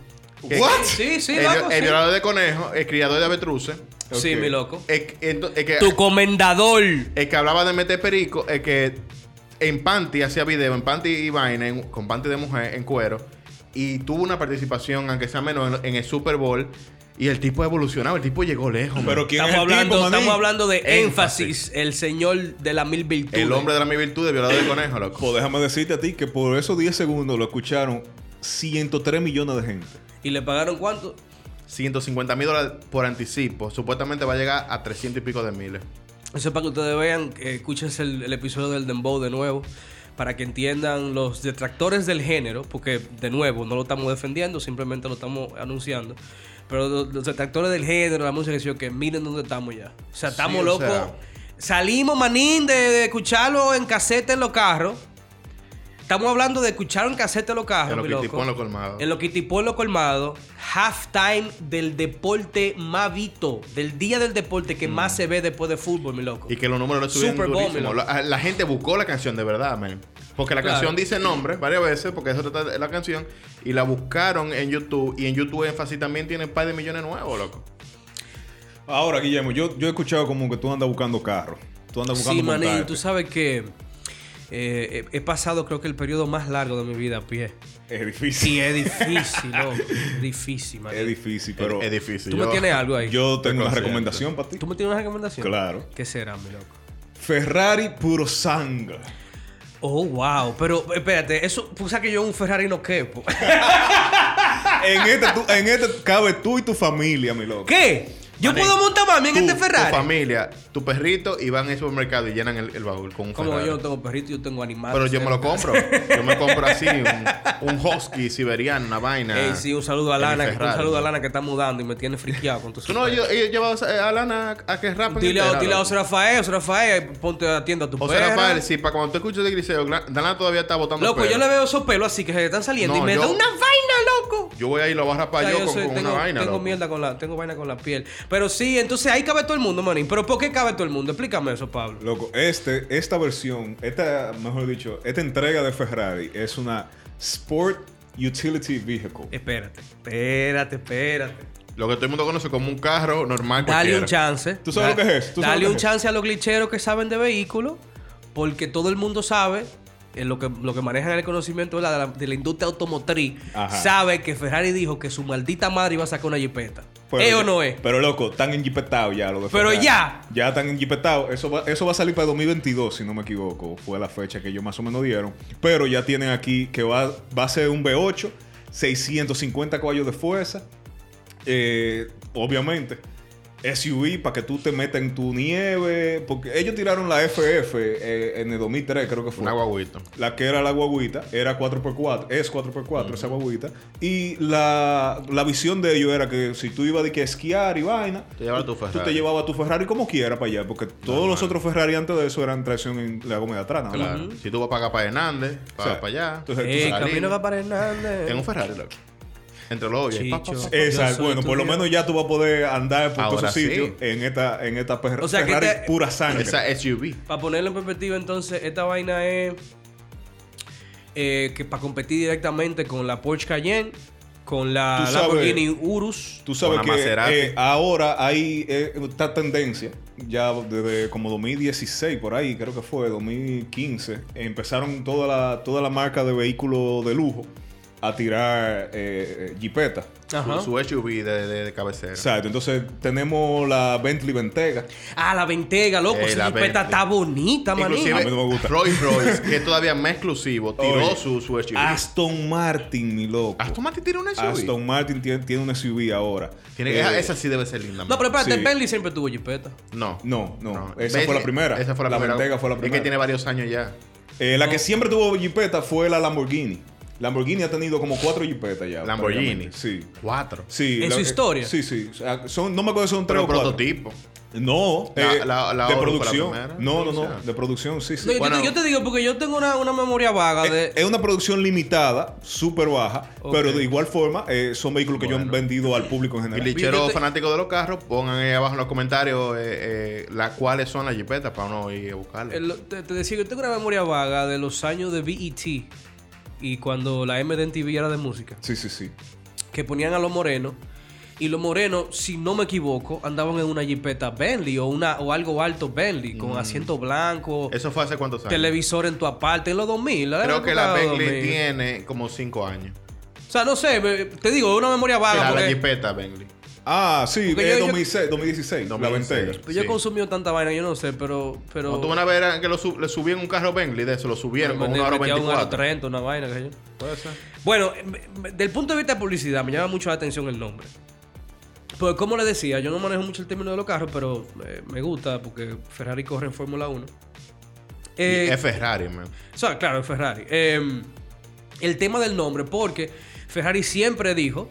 [SPEAKER 2] que-
[SPEAKER 3] Sí, sí,
[SPEAKER 2] el,
[SPEAKER 3] loco,
[SPEAKER 2] el
[SPEAKER 3] sí.
[SPEAKER 2] violador de conejos, el criador de avestruces.
[SPEAKER 3] Sí,
[SPEAKER 4] Ok. Eh,
[SPEAKER 3] mi loco.
[SPEAKER 2] Es que, ento- es que-
[SPEAKER 3] Tu comendador.
[SPEAKER 2] el que hablaba de meter perico, es que en Panty hacía video, en Panty y vaina, en- con Panty de mujer, en cuero, y tuvo una participación, aunque sea menos, en, en el Super Bowl, y el tipo evolucionaba, el tipo llegó lejos. man.
[SPEAKER 4] Pero ¿quién
[SPEAKER 3] Estamos
[SPEAKER 4] es el
[SPEAKER 3] hablando,
[SPEAKER 4] tipo, maní?
[SPEAKER 3] estamos hablando de énfasis,
[SPEAKER 2] Énfasis.
[SPEAKER 3] el señor de las mil virtudes.
[SPEAKER 2] el hombre de las mil virtudes, violador de conejo, loco.
[SPEAKER 4] Pues déjame decirte a ti que por esos 10 segundos lo escucharon 103 millones de gente.
[SPEAKER 3] ¿Y le pagaron cuánto?
[SPEAKER 2] 150 mil dólares por anticipo. Supuestamente va a llegar a 300 y pico de miles.
[SPEAKER 3] Eso es para que ustedes vean, eh, escúchense el, el episodio del Dembow de nuevo, para que entiendan los detractores del género, porque de nuevo no lo estamos defendiendo, simplemente lo estamos anunciando. Pero lo- los, detractores del género, la música, que que miren dónde estamos ya. O sea, estamos
[SPEAKER 2] Sí, o
[SPEAKER 3] locos.
[SPEAKER 2] sea-
[SPEAKER 3] Salimos, manín, de, de escucharlo en caseta en los carros. Estamos hablando de escuchar en caseta en los carros.
[SPEAKER 2] En lo
[SPEAKER 3] mi
[SPEAKER 2] que
[SPEAKER 3] Ah, loco.
[SPEAKER 2] tipo en lo colmado.
[SPEAKER 3] En lo que tipo en lo colmado, halftime del deporte más visto, del día del deporte que más se ve después de fútbol, mi loco.
[SPEAKER 2] Mm. Y que los números lo subieron
[SPEAKER 3] Super Bowl,
[SPEAKER 2] durísimo.
[SPEAKER 3] mi loco.
[SPEAKER 2] La, la gente buscó la canción de verdad, man. Porque la
[SPEAKER 3] Claro.
[SPEAKER 2] canción dice nombre varias veces, porque eso trata de la canción. Y la buscaron en YouTube. Y en YouTube Énfasis también tiene un par de millones nuevos, loco.
[SPEAKER 4] Ahora, Guillermo, yo, yo he escuchado como que tú andas buscando carro. Tú andas buscando
[SPEAKER 3] Sí, manín,
[SPEAKER 4] montarte.
[SPEAKER 3] tú sabes que eh, he he pasado creo que el periodo más largo de mi vida a pie.
[SPEAKER 4] Es difícil.
[SPEAKER 3] Sí, es difícil, loco. Difícil, manín.
[SPEAKER 4] Es difícil, pero
[SPEAKER 2] es, es difícil.
[SPEAKER 3] Tú me
[SPEAKER 2] Yo-
[SPEAKER 3] tienes algo ahí.
[SPEAKER 4] yo tengo una
[SPEAKER 2] Consciente.
[SPEAKER 4] recomendación para ti.
[SPEAKER 3] ¿Tú me tienes una recomendación?
[SPEAKER 4] Claro.
[SPEAKER 3] ¿Qué será, mi loco?
[SPEAKER 4] Ferrari puro sangre.
[SPEAKER 3] Oh, wow. Pero espérate, eso, pues que yo un Ferrari no quepo.
[SPEAKER 4] En este, tú- en este cabe tú y tu familia, mi loco.
[SPEAKER 3] ¿Qué? ¿Yo
[SPEAKER 2] Manín,
[SPEAKER 3] puedo montar mami en
[SPEAKER 2] tú,
[SPEAKER 3] este Ferrari?
[SPEAKER 2] Tu familia, tu perrito, y van al supermercado y llenan el, el baúl con un
[SPEAKER 3] Como
[SPEAKER 2] Ferrari.
[SPEAKER 3] yo no tengo perrito, yo tengo animales.
[SPEAKER 2] Pero yo me lo
[SPEAKER 3] cerca.
[SPEAKER 2] compro. Yo me compro así, un, un husky siberiano, una vaina.
[SPEAKER 3] Ey, sí, un saludo a
[SPEAKER 2] El
[SPEAKER 3] Lana, un
[SPEAKER 2] Ferrari,
[SPEAKER 3] saludo a
[SPEAKER 2] ¿no?
[SPEAKER 3] Lana que está mudando y me tiene friqueado con tus
[SPEAKER 2] Tú no, yo, yo llevaba a Lana a que rapen.
[SPEAKER 3] Dile a,
[SPEAKER 2] entera,
[SPEAKER 3] dile a
[SPEAKER 2] loco.
[SPEAKER 3] José Rafael, José Rafael, ponte atienda a tu
[SPEAKER 2] José
[SPEAKER 3] perra.
[SPEAKER 2] Rafael, sí, para cuando tú escuches de Griseo, Lana todavía está botando
[SPEAKER 3] Loco,
[SPEAKER 2] pelo.
[SPEAKER 3] yo le veo esos pelos así que se le están saliendo
[SPEAKER 2] No,
[SPEAKER 3] y me
[SPEAKER 2] yo-
[SPEAKER 3] da una vaina, loco.
[SPEAKER 2] Yo voy a ir lo voy a
[SPEAKER 3] O
[SPEAKER 2] rapar
[SPEAKER 3] sea,
[SPEAKER 2] yo
[SPEAKER 3] yo
[SPEAKER 2] con,
[SPEAKER 3] soy-
[SPEAKER 2] con
[SPEAKER 3] tengo,
[SPEAKER 2] una vaina.
[SPEAKER 3] tengo
[SPEAKER 2] loco.
[SPEAKER 3] mierda con la, tengo vaina con la piel. Pero sí, entonces ahí cabe todo el mundo, manín. Pero ¿por qué cabe todo el mundo? Explícame eso, Pablo.
[SPEAKER 4] Loco, este, esta versión, esta, mejor dicho, esta entrega de Ferrari es una Sport Utility Vehicle.
[SPEAKER 3] Espérate, espérate, espérate.
[SPEAKER 2] Lo que todo el mundo conoce como un carro normal.
[SPEAKER 3] Dale un
[SPEAKER 2] cualquiera.
[SPEAKER 3] chance.
[SPEAKER 4] ¿Tú sabes
[SPEAKER 3] Da-
[SPEAKER 4] lo que es? ¿Tú
[SPEAKER 3] Dale
[SPEAKER 4] sabes lo que
[SPEAKER 3] un
[SPEAKER 4] es?
[SPEAKER 3] chance a los glitcheros que saben de vehículos, porque todo el mundo sabe, eh, lo, que, lo que manejan el conocimiento de la, de la- de la industria automotriz,
[SPEAKER 4] Ajá.
[SPEAKER 3] sabe que Ferrari dijo que su maldita madre iba a sacar una jipeta.
[SPEAKER 4] Pero-
[SPEAKER 3] ¿Es o no es?
[SPEAKER 4] Pero loco, están enjipetados ya lo de
[SPEAKER 3] Pero
[SPEAKER 4] Ferrari.
[SPEAKER 3] ya.
[SPEAKER 4] Ya están enjipetados. Eso va, eso va a salir para 2022, si no me equivoco. Fue la fecha que ellos más o menos dieron. Pero ya tienen aquí que va, va a ser un V8, 650 caballos de fuerza. Eh, obviamente. SUV para que tú te metas en tu nieve. Porque ellos tiraron la FF eh, en el 2003, creo que fue.
[SPEAKER 2] Un aguagüito.
[SPEAKER 4] La que era la guaguita era 4x4, es 4x4 esa guaguita. Y la, la visión de ellos era que si tú ibas de que a esquiar y vaina,
[SPEAKER 2] Te llevabas tu
[SPEAKER 4] tú
[SPEAKER 2] Ferrari.
[SPEAKER 4] te llevabas tu Ferrari como quiera para allá, porque todos los otros Ferrari antes de eso eran tracción en la goma de atrás. nada más.
[SPEAKER 2] Claro. Si tú vas para acá, para Hernández, para,
[SPEAKER 4] O sea,
[SPEAKER 2] para allá.
[SPEAKER 4] entonces-
[SPEAKER 3] Eh,
[SPEAKER 2] Ferrari.
[SPEAKER 3] camino va para Hernández.
[SPEAKER 2] En un Ferrari, loco. Entre los hoyos. Pa, pa,
[SPEAKER 3] Chicho.
[SPEAKER 2] pa.
[SPEAKER 3] Yo
[SPEAKER 4] Exacto,
[SPEAKER 3] soy
[SPEAKER 4] bueno,
[SPEAKER 3] tu
[SPEAKER 4] por lo
[SPEAKER 3] Dios.
[SPEAKER 4] menos ya tú vas a poder andar por todos
[SPEAKER 2] Ahora
[SPEAKER 4] esos sitios
[SPEAKER 2] sí.
[SPEAKER 4] en esta, en esta Fer-
[SPEAKER 3] O sea, que
[SPEAKER 4] Ferrari
[SPEAKER 3] este-
[SPEAKER 4] pura sangre.
[SPEAKER 2] Esa SUV.
[SPEAKER 3] Para ponerlo en perspectiva, entonces, esta vaina es eh, que para competir directamente con la Porsche Cayenne, con la
[SPEAKER 4] Tú sabes-
[SPEAKER 3] Lamborghini Urus.
[SPEAKER 4] Tú sabes
[SPEAKER 2] Con
[SPEAKER 4] que
[SPEAKER 2] la Maserati.
[SPEAKER 4] eh, ahora hay eh, esta tendencia, ya desde como 2016 por ahí, creo que fue 2015, empezaron toda la, toda la marca de vehículos de lujo a tirar eh, eh, jipetas.
[SPEAKER 3] Ajá.
[SPEAKER 2] Su, su SUV de, de, de cabecera.
[SPEAKER 4] Exacto, entonces tenemos la Bentley Ventega.
[SPEAKER 3] Ah, la Ventega, loco.
[SPEAKER 2] Eh,
[SPEAKER 3] Esa
[SPEAKER 2] la
[SPEAKER 3] jipeta
[SPEAKER 2] Bentley.
[SPEAKER 3] está bonita, manín.
[SPEAKER 4] A mí no me
[SPEAKER 2] Inclusive,
[SPEAKER 4] gusta.
[SPEAKER 2] Rolls Royce, que es todavía más exclusivo, tiró
[SPEAKER 4] Oye,
[SPEAKER 2] su, su SUV.
[SPEAKER 4] Aston Martin, mi loco.
[SPEAKER 2] ¿Aston Martin tiene una SUV?
[SPEAKER 4] Aston Martin tiene, tiene una SUV ahora.
[SPEAKER 2] Tiene,
[SPEAKER 4] Eh,
[SPEAKER 2] esa, esa sí debe ser linda.
[SPEAKER 3] No, pero espérate,
[SPEAKER 4] Sí.
[SPEAKER 3] Bentley siempre tuvo jipeta.
[SPEAKER 2] No.
[SPEAKER 4] No, no,
[SPEAKER 2] No.
[SPEAKER 4] esa
[SPEAKER 2] Ves,
[SPEAKER 4] fue la primera.
[SPEAKER 2] Esa fue la, primera.
[SPEAKER 4] Ventega fue la primera.
[SPEAKER 2] Es que tiene varios años ya.
[SPEAKER 4] Eh, la que siempre tuvo jipeta fue la Lamborghini. Lamborghini ha tenido como cuatro jipetas ya.
[SPEAKER 2] Lamborghini.
[SPEAKER 4] prácticamente. Sí.
[SPEAKER 2] Cuatro.
[SPEAKER 4] Sí,
[SPEAKER 3] ¿En su
[SPEAKER 4] eh,
[SPEAKER 3] historia?
[SPEAKER 4] Sí, sí. O sea, son, no me acuerdo si son tres
[SPEAKER 2] Pero
[SPEAKER 4] o cuatro.
[SPEAKER 2] prototipo.
[SPEAKER 4] No,
[SPEAKER 2] La-
[SPEAKER 4] eh,
[SPEAKER 2] la- la
[SPEAKER 4] de
[SPEAKER 2] Oro fue la
[SPEAKER 4] producción.
[SPEAKER 2] primera.
[SPEAKER 4] no, no,
[SPEAKER 2] O sea.
[SPEAKER 4] no. De producción, sí, sí.
[SPEAKER 3] No, yo,
[SPEAKER 2] Bueno.
[SPEAKER 3] te, yo te digo porque yo tengo una, una memoria vaga de...
[SPEAKER 4] Eh, es una producción limitada, súper baja,
[SPEAKER 3] Ok.
[SPEAKER 4] pero de igual forma eh, son vehículos que yo han vendido al público en
[SPEAKER 2] Y
[SPEAKER 4] general.
[SPEAKER 3] Yo
[SPEAKER 2] licheros
[SPEAKER 3] te-
[SPEAKER 2] fanáticos de los carros, pongan ahí abajo en los comentarios eh, eh, las cuáles son las jipetas para uno ir a buscarlas.
[SPEAKER 3] Eh, lo- te, te decía, yo tengo una memoria vaga de los años de E BET y cuando la MDNTV era de música,
[SPEAKER 4] Sí, sí, sí.
[SPEAKER 3] que ponían a los morenos Y los morenos, si no me equivoco, andaban en una jipeta Bentley o, una, o algo alto Bentley, con asiento blanco,
[SPEAKER 2] Eso fue hace cuántos años.
[SPEAKER 3] televisor en tu aparte, en los 2000. la
[SPEAKER 2] Creo
[SPEAKER 3] época
[SPEAKER 2] que
[SPEAKER 3] de
[SPEAKER 2] la
[SPEAKER 3] los
[SPEAKER 2] Bentley
[SPEAKER 3] 2000.
[SPEAKER 2] tiene como 5 años.
[SPEAKER 3] O sea, no sé, me- te digo, es una memoria vaga.
[SPEAKER 2] La, la
[SPEAKER 3] Ah, porque-
[SPEAKER 2] jipeta Bentley.
[SPEAKER 4] Ah, sí,
[SPEAKER 3] Porque
[SPEAKER 4] eh,
[SPEAKER 3] yo- yo-
[SPEAKER 4] 2006, 2016, la
[SPEAKER 2] 2016.
[SPEAKER 4] Ventega.
[SPEAKER 3] pero yo he
[SPEAKER 2] sí.
[SPEAKER 3] consumido tanta vaina, yo no sé, pero... pero
[SPEAKER 2] No tuve una vera que lo sub- le subían un carro Bentley de eso, lo subieron
[SPEAKER 3] me
[SPEAKER 2] con una hora
[SPEAKER 3] metía un aro
[SPEAKER 2] 24.
[SPEAKER 3] 30, una vaina, qué sé yo.
[SPEAKER 2] Puede ser.
[SPEAKER 3] Bueno, me- me- del punto de vista de publicidad, me llama mucho la atención el nombre. Pues como le decía, yo no manejo mucho el término de los carros, pero eh, me gusta porque Ferrari corre en Fórmula 1. Eh,
[SPEAKER 2] Y es Ferrari, man.
[SPEAKER 3] o sea, claro, es Ferrari. Eh, el tema del nombre, porque Ferrari siempre dijo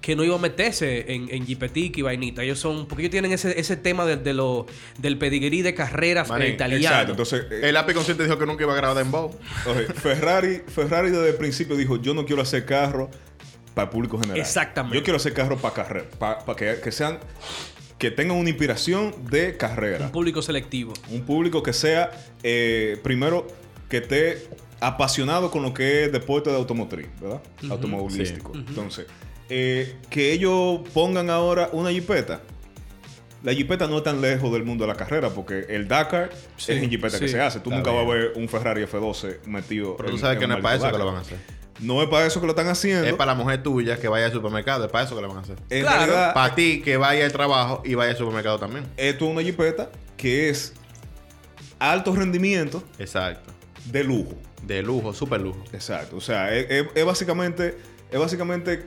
[SPEAKER 3] que no iba a meterse en, en jipetica y vainita. Ellos son, porque ellos tienen ese, ese tema de, de lo- del pedigrí de carreras
[SPEAKER 2] Manín,
[SPEAKER 3] italiano.
[SPEAKER 4] Exacto, entonces eh,
[SPEAKER 2] El lápiz consciente dijo que nunca iba a grabar Dembow.
[SPEAKER 4] Oye, Ferrari, Ferrari desde el principio dijo, yo no quiero hacer carro para el público general.
[SPEAKER 3] Exactamente.
[SPEAKER 4] Yo quiero hacer carro para carrera, para que, que sean, que tengan una inspiración de carrera.
[SPEAKER 3] un público selectivo.
[SPEAKER 4] Un público que sea, eh, primero, que esté apasionado con lo que es deporte de automotriz, ¿verdad? Automovilístico. Entonces, eh, que ellos pongan ahora una jipeta. La jipeta no es tan lejos del mundo de la carrera, porque el Dakar
[SPEAKER 3] Sí,
[SPEAKER 4] es en jipeta que
[SPEAKER 3] sí.
[SPEAKER 4] se hace. Tú
[SPEAKER 2] Está
[SPEAKER 4] nunca
[SPEAKER 2] bien.
[SPEAKER 4] vas a ver un Ferrari F12 metido.
[SPEAKER 2] Pero tú
[SPEAKER 4] en-
[SPEAKER 2] sabes
[SPEAKER 4] en
[SPEAKER 2] que
[SPEAKER 4] un
[SPEAKER 2] no es para eso
[SPEAKER 4] maldito
[SPEAKER 2] que lo van a
[SPEAKER 4] Dakar.
[SPEAKER 2] hacer.
[SPEAKER 4] No es para eso que lo están haciendo.
[SPEAKER 2] Es para la mujer tuya que vaya al supermercado. Es para eso que lo van a hacer.
[SPEAKER 4] En
[SPEAKER 3] Claro.
[SPEAKER 4] realidad,
[SPEAKER 2] Para ti que vaya al trabajo y vaya al supermercado también.
[SPEAKER 4] esto es una jipeta que es alto rendimiento
[SPEAKER 2] Exacto.
[SPEAKER 4] de lujo.
[SPEAKER 2] De lujo, súper lujo.
[SPEAKER 4] Exacto. O sea, es, es- es básicamente, es básicamente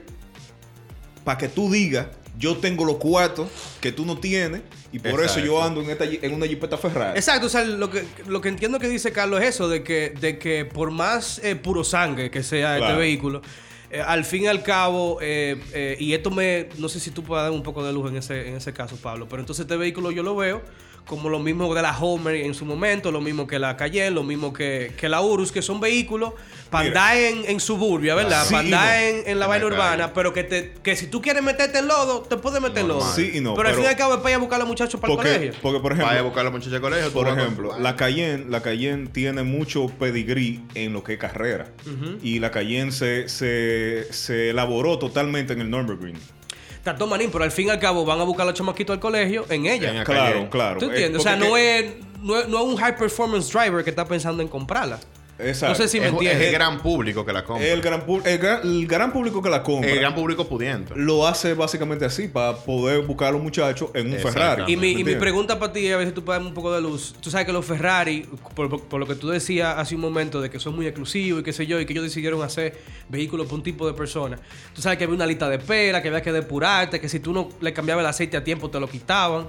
[SPEAKER 4] para que tú digas, yo tengo los cuartos que tú no tienes y por eso
[SPEAKER 2] Exacto.
[SPEAKER 4] yo ando en, esta, ji- en una jipeta Ferrari.
[SPEAKER 3] Exacto, o sea, lo que, lo que entiendo que dice Carlos es eso, de que, de que por más eh, puro sangre que sea
[SPEAKER 4] Claro.
[SPEAKER 3] este vehículo, eh, al fin y al cabo, eh, eh, y esto me, no sé si tú puedas dar un poco de luz en ese, en ese caso, Pablo, pero entonces este vehículo yo lo veo como lo mismo de la Homer en su momento, lo mismo que la Cayenne, lo mismo que, que la Urus, que son vehículos para
[SPEAKER 4] Mira.
[SPEAKER 3] andar en, en suburbia, ¿verdad?
[SPEAKER 4] Sí
[SPEAKER 3] para
[SPEAKER 4] y
[SPEAKER 3] andar
[SPEAKER 4] no.
[SPEAKER 3] en, en la
[SPEAKER 2] En la
[SPEAKER 3] vaina urbana,
[SPEAKER 2] calle.
[SPEAKER 3] pero que, te, que si tú quieres meterte en lodo, te puedes meter en lodo.
[SPEAKER 4] Normal. Sí y no,
[SPEAKER 3] Pero, al
[SPEAKER 4] pero-
[SPEAKER 3] fin y al cabo es para ir a buscar a los muchachos para el
[SPEAKER 4] porque,
[SPEAKER 3] colegio.
[SPEAKER 4] porque, por
[SPEAKER 2] Vaya a
[SPEAKER 4] ejemplo,
[SPEAKER 2] buscar a los muchachos de colegio. tú
[SPEAKER 4] por
[SPEAKER 2] vas con-
[SPEAKER 4] ejemplo,
[SPEAKER 2] vas.
[SPEAKER 4] la Cayenne, la Cayenne tiene mucho pedigrí en lo que es carrera. Y la Cayenne se, se, se elaboró totalmente en el Nürburgring.
[SPEAKER 3] Tanto manín, pero al fin y al cabo van a buscar a los chamaquitos al colegio en
[SPEAKER 2] En
[SPEAKER 3] ella.
[SPEAKER 2] la
[SPEAKER 4] Claro,
[SPEAKER 2] Cayenne.
[SPEAKER 4] claro.
[SPEAKER 3] ¿Tú
[SPEAKER 4] Eh,
[SPEAKER 3] entiendes? O sea,
[SPEAKER 4] porque
[SPEAKER 3] no
[SPEAKER 4] que-
[SPEAKER 3] es, no es no es un high performance driver que está pensando en comprarla.
[SPEAKER 4] Exacto.
[SPEAKER 3] no sé si
[SPEAKER 2] Es,
[SPEAKER 3] me
[SPEAKER 2] es
[SPEAKER 3] entiendes.
[SPEAKER 2] el gran público que la compra.
[SPEAKER 4] El gran, pu- el gran- el gran público que la compra
[SPEAKER 2] El gran público pudiente.
[SPEAKER 4] lo hace básicamente así, para poder buscar a los muchachos en un
[SPEAKER 2] Exacto.
[SPEAKER 4] Ferrari.
[SPEAKER 3] Y mi, y mi
[SPEAKER 4] ¿Entiendes?
[SPEAKER 3] pregunta para ti, a ver si tú puedes darme un poco de luz. Tú sabes que los Ferrari, por, por- por lo que tú decías hace un momento, de que son muy exclusivos y qué sé yo, y que ellos decidieron hacer vehículos para un tipo de persona. Tú sabes que había una lista de espera, que había que depurarte, que si tú no le cambiabas el aceite a tiempo te lo quitaban.